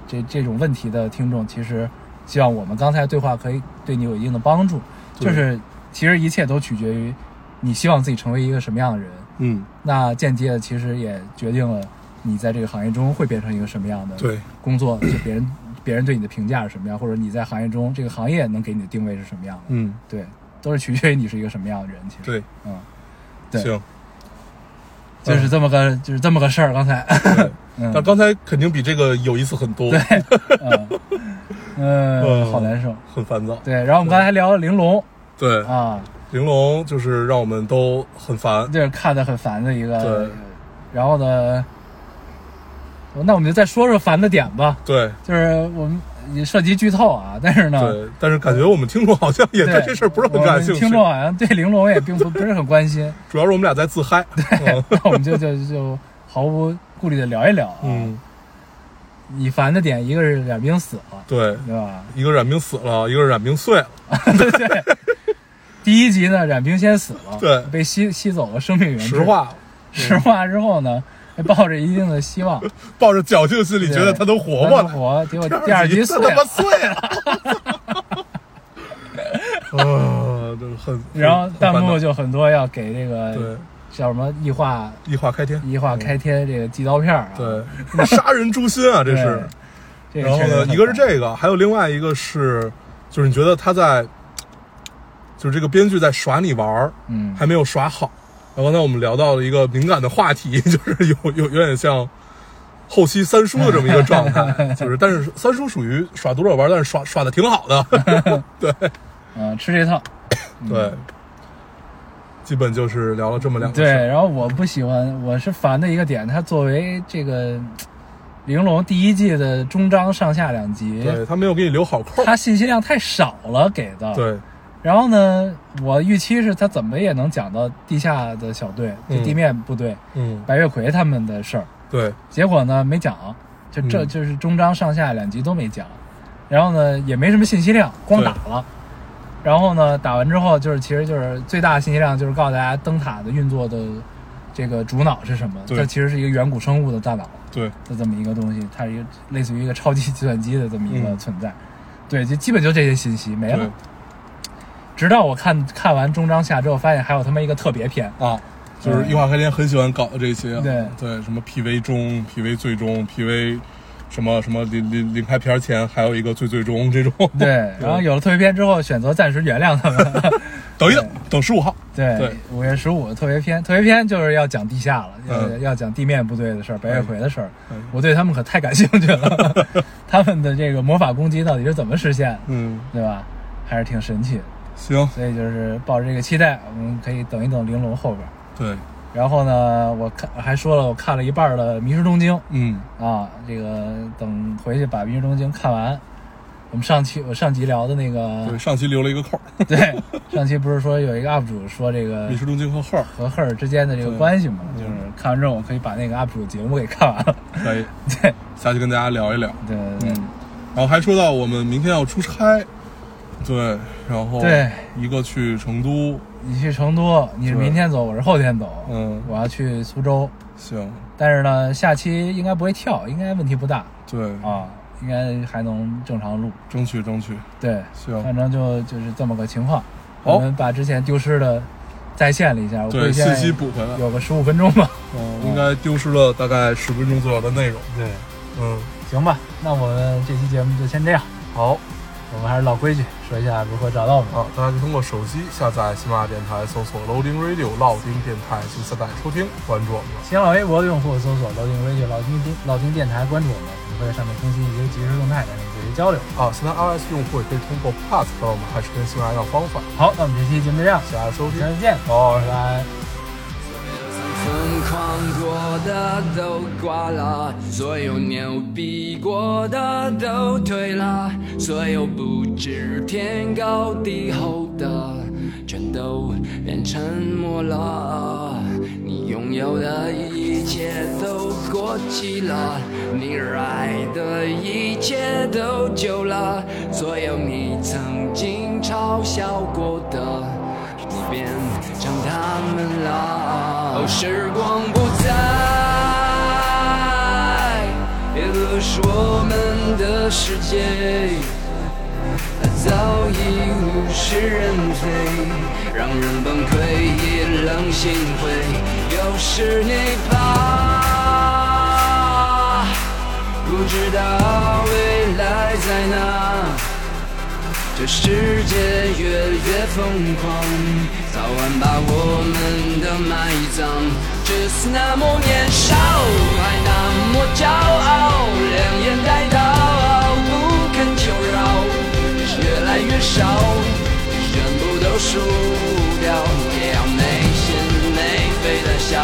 Speaker 1: 这这种问题的听众，其实希望我们刚才对话可以对你有一定的帮助。就
Speaker 3: 对
Speaker 1: 是其实一切都取决于你希望自己成为一个什么样的人，
Speaker 3: 嗯，
Speaker 1: 那间接的其实也决定了你在这个行业中会变成一个什么样的
Speaker 3: 对，
Speaker 1: 工作，就别人别人对你的评价是什么样，或者你在行业中这个行业能给你的定位是什么样的。
Speaker 3: 嗯，
Speaker 1: 对，都是取决于你是一个什么样的人。其实，
Speaker 3: 对，
Speaker 1: 嗯，对
Speaker 3: 行。
Speaker 1: 就是这么个，就是这么个事儿。刚才，
Speaker 3: 对
Speaker 1: 嗯，
Speaker 3: 但刚才肯定比这个有意思很多，
Speaker 1: 嗯，嗯，
Speaker 3: 嗯
Speaker 1: 好难受。
Speaker 3: 很烦躁。
Speaker 1: 对，然后我们刚才还聊了玲珑
Speaker 3: 对，
Speaker 1: 啊，
Speaker 3: 玲珑就是让我们都很烦。
Speaker 1: 这是看的很烦的一个
Speaker 3: 对。
Speaker 1: 然后呢，那我们就再说说烦的点吧，
Speaker 3: 对
Speaker 1: 就是我们也涉及剧透啊，但是呢，
Speaker 3: 对，但是感觉我们听众好像也对这事儿不是很
Speaker 1: 我
Speaker 3: 感
Speaker 1: 们
Speaker 3: 兴趣
Speaker 1: 听，众好像对玲珑也并不不是很关心，
Speaker 3: 主要是我们俩在自嗨。嗯
Speaker 1: 那我们就就就毫无顾虑的聊一聊啊。
Speaker 3: 嗯，
Speaker 1: 你烦的点，一个是冉冰死了，
Speaker 3: 对，
Speaker 1: 对吧？
Speaker 3: 一个冉冰死了，一个冉冰碎了。
Speaker 1: 第一集呢，冉冰先死了，
Speaker 3: 对
Speaker 1: 被吸吸走了生命源
Speaker 3: 实
Speaker 1: 之，
Speaker 3: 话，
Speaker 1: 石化之后呢，还抱着一定的希望，
Speaker 3: 抱着侥幸心理，觉得他能 活过
Speaker 1: 能
Speaker 3: 来。
Speaker 1: 活，结果第二集
Speaker 3: 他
Speaker 1: 碎
Speaker 3: 他妈
Speaker 1: 了，
Speaker 3: 碎了。啊，这很。
Speaker 1: 然后
Speaker 3: 很
Speaker 1: 弹
Speaker 3: 烦
Speaker 1: 幕
Speaker 3: 恼
Speaker 1: 就很多要给这
Speaker 3: 对
Speaker 1: 个叫什么异化
Speaker 3: 异化开天，
Speaker 1: 异化开天这个寄刀片儿啊，
Speaker 3: 对，杀人诛心啊，这是。
Speaker 1: 对，这
Speaker 3: 然后
Speaker 1: 确实
Speaker 3: 呢，
Speaker 1: 很
Speaker 3: 一个是
Speaker 1: 烦，
Speaker 3: 这个，还有另外一个是，就是你觉得他在，就是这个编剧在耍你玩儿，
Speaker 1: 嗯，
Speaker 3: 还没有耍好。然后呢，我们聊到了一个敏感的话题， 就是有有有点像后期三叔的这么一个状 态，就是但是三叔属于耍多少玩儿，但是耍耍的挺好的，
Speaker 1: 嗯，吃这套，嗯
Speaker 3: 对，基本就是聊了这么两个
Speaker 1: 对，
Speaker 3: 事儿，
Speaker 1: 然后我不喜欢，我是烦的一个点，它作为这个嘖玲珑第一季的终章上下两集，
Speaker 3: 对他没有给你留好扣儿，
Speaker 1: 它信息量太少了给的，。
Speaker 3: 对
Speaker 1: 然后呢，我预期是他怎么也能讲到地下的小队、
Speaker 3: 嗯
Speaker 1: 就地面部队、
Speaker 3: 嗯
Speaker 1: 白月葵他们的事儿，
Speaker 3: 对
Speaker 1: 结果呢没讲，就这
Speaker 3: 嗯
Speaker 1: 就是中章上下两集都没讲，然后呢也没什么信息量，光
Speaker 3: 对
Speaker 1: 打了。然后呢，打完之后就是其实就是最大的信息量就是告诉大家灯塔的运作的这个主脑是什么，
Speaker 3: 对
Speaker 1: 它其实是一个远古生物的大脑。
Speaker 3: 对
Speaker 1: 的这么一个东西，它是一个类似于一个超级计算机的这么一个
Speaker 3: 嗯
Speaker 1: 存在。对，就基本就这些信息没
Speaker 3: 对
Speaker 1: 了。直到我看看完中章下之后，发现还有他妈一个特别篇。
Speaker 3: 啊，就是异化开天很喜欢搞的这些，
Speaker 1: 嗯
Speaker 3: 啊
Speaker 1: 对
Speaker 3: 对，什么 PV 中、PV 最终、PV 什么什么临临临开片前还有一个最最终这种，
Speaker 1: 对， 然后有了特别篇之后，选择暂时原谅他们。
Speaker 3: 等一等，等十五号，
Speaker 1: 对
Speaker 3: 对，
Speaker 1: 五月十五的特别篇，特别篇就是要讲地下了，要
Speaker 3: 嗯
Speaker 1: 要讲地面部队的事儿，白月葵的事儿
Speaker 3: 嗯。
Speaker 1: 我对他们可太感兴趣了， 他们的这个魔法攻击到底是怎么实现，
Speaker 3: 嗯，
Speaker 1: 对吧？还是挺神奇的。
Speaker 3: 行，
Speaker 1: 所以就是抱着这个期待，我们可以等一等玲珑后边儿。
Speaker 3: 对，
Speaker 1: 然后呢，我看还说了，我看了一半儿的《迷失东京
Speaker 3: 嗯》
Speaker 1: 啊，这个等回去把《迷失东京》看完，我们上期我上集聊的那
Speaker 3: 对，
Speaker 1: 个，
Speaker 3: 上期留了一个扣儿，
Speaker 1: 对，上期不是说有一个 UP 主说这个
Speaker 3: 李世东京和赫尔
Speaker 1: 和赫尔之间的这个
Speaker 3: 对嗯
Speaker 1: 关系嘛，就是看完之后我可以把那个 UP 主节目给看完了。
Speaker 3: 可 以
Speaker 1: 对
Speaker 3: 下去跟大家聊一聊。
Speaker 1: 对对对
Speaker 3: 嗯，然后还说到我们明天要出差，对，然后
Speaker 1: 对
Speaker 3: 一个去成都，
Speaker 1: 你去成都，你是
Speaker 3: 对
Speaker 1: 明天走，我是后天走，
Speaker 3: 嗯
Speaker 1: 我要去苏州，
Speaker 3: 行，
Speaker 1: 但是呢，下期应该不会跳，应该问题不大
Speaker 3: 对，
Speaker 1: 啊，应该还能正常录。
Speaker 3: 争取争取，
Speaker 1: 对，
Speaker 3: 行
Speaker 1: 反，正就就是这么个情况。
Speaker 3: 嗯好
Speaker 1: 我们把之前丢失的再现了一下，我
Speaker 3: 对，
Speaker 1: 估计现
Speaker 3: 信息
Speaker 1: 在
Speaker 3: 补回来，
Speaker 1: 有个十五分钟吧。
Speaker 3: 嗯，应该丢失了大概十分钟左右的内容，
Speaker 1: 对，
Speaker 3: 嗯，
Speaker 1: 行吧，那我们这期节目就先这样。好，我们还是老规矩，说一下如何找到我们。
Speaker 3: 啊，大家可以通过手机下载喜马拉雅电台，搜索 Loading Radio 老丁电台进行下载收听，关注我们了。
Speaker 1: 新浪微博的用户搜索“老丁 radio” 老丁电老丁电台，关注我们，我们会在上面更新一些即时动态，跟你们一些交流。
Speaker 3: 啊，现在 iOS 用户也可以通过 Pass 找到我们，还是跟喜马拉雅的方法。
Speaker 1: 好，那我们这期节目就这样，
Speaker 3: 谢谢大家收听。
Speaker 1: 下次见，拜拜。
Speaker 4: 疯狂过的都挂了，所有牛逼过的都退了，所有不知天高地厚的，全都变沉默了。你拥有的一切都过期了，你热爱的一切都旧了，所有你曾经嘲笑过的。你变成他们了。哦，时光不再，也不是我们的世界，它早已物是人非，让人崩溃，一冷心灰。有时你怕，不知道未来在哪。这世界越越疯狂，早晚把我们的埋葬。只是那么年少，还那么骄傲，两眼带刀，不肯求饶，越来越少，全部都输掉，也要没心没肺的笑。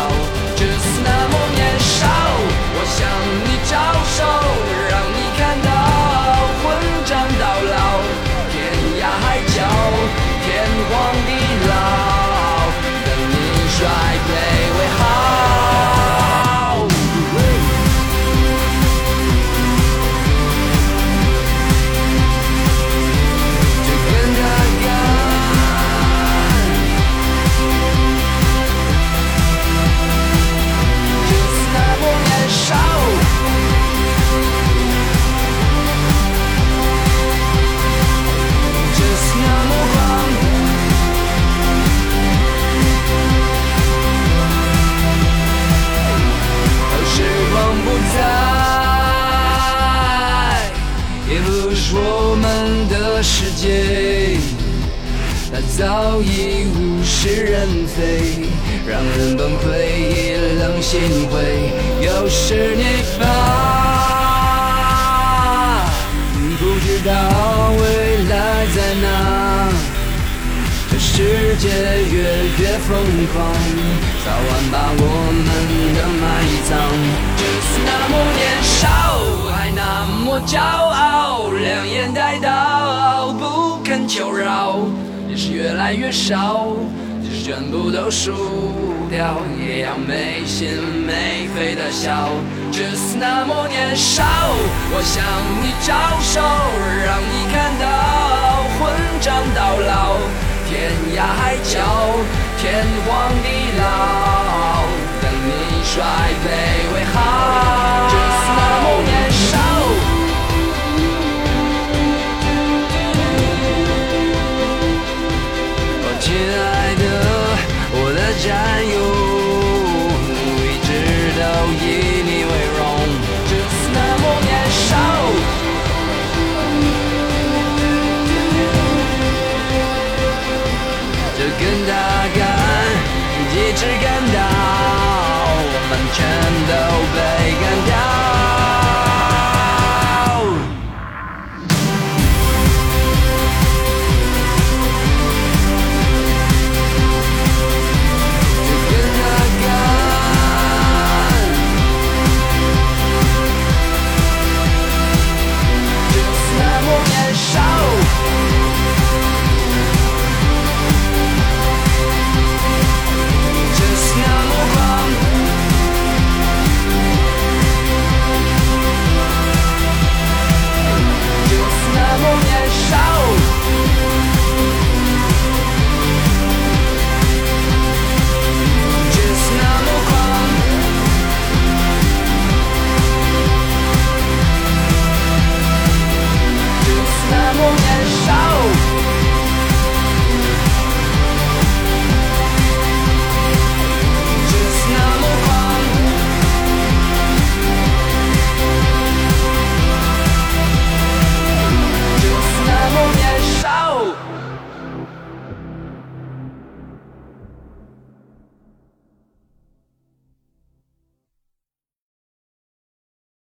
Speaker 4: 只是那么年少，我向你招手，让你看到混账到老。天涯海角，天荒地老，等你衰退为好。就跟他干。就是那么年少。Just now move on. Oh, 时光不再，也不是我们的世界。它早已物是人非，让人崩溃，一冷心灰。有时你吧，不知道未来在哪。这世界越越疯狂，早晚把我们的埋葬。就是那么年少，还那么骄傲，两眼带刀，不肯求饶，也是越来越少，就是全部都输掉，也要没心没肺的笑。就是那么年少，我向你招手，让你看到混账到老。天涯海角，天荒地老，等你衰退为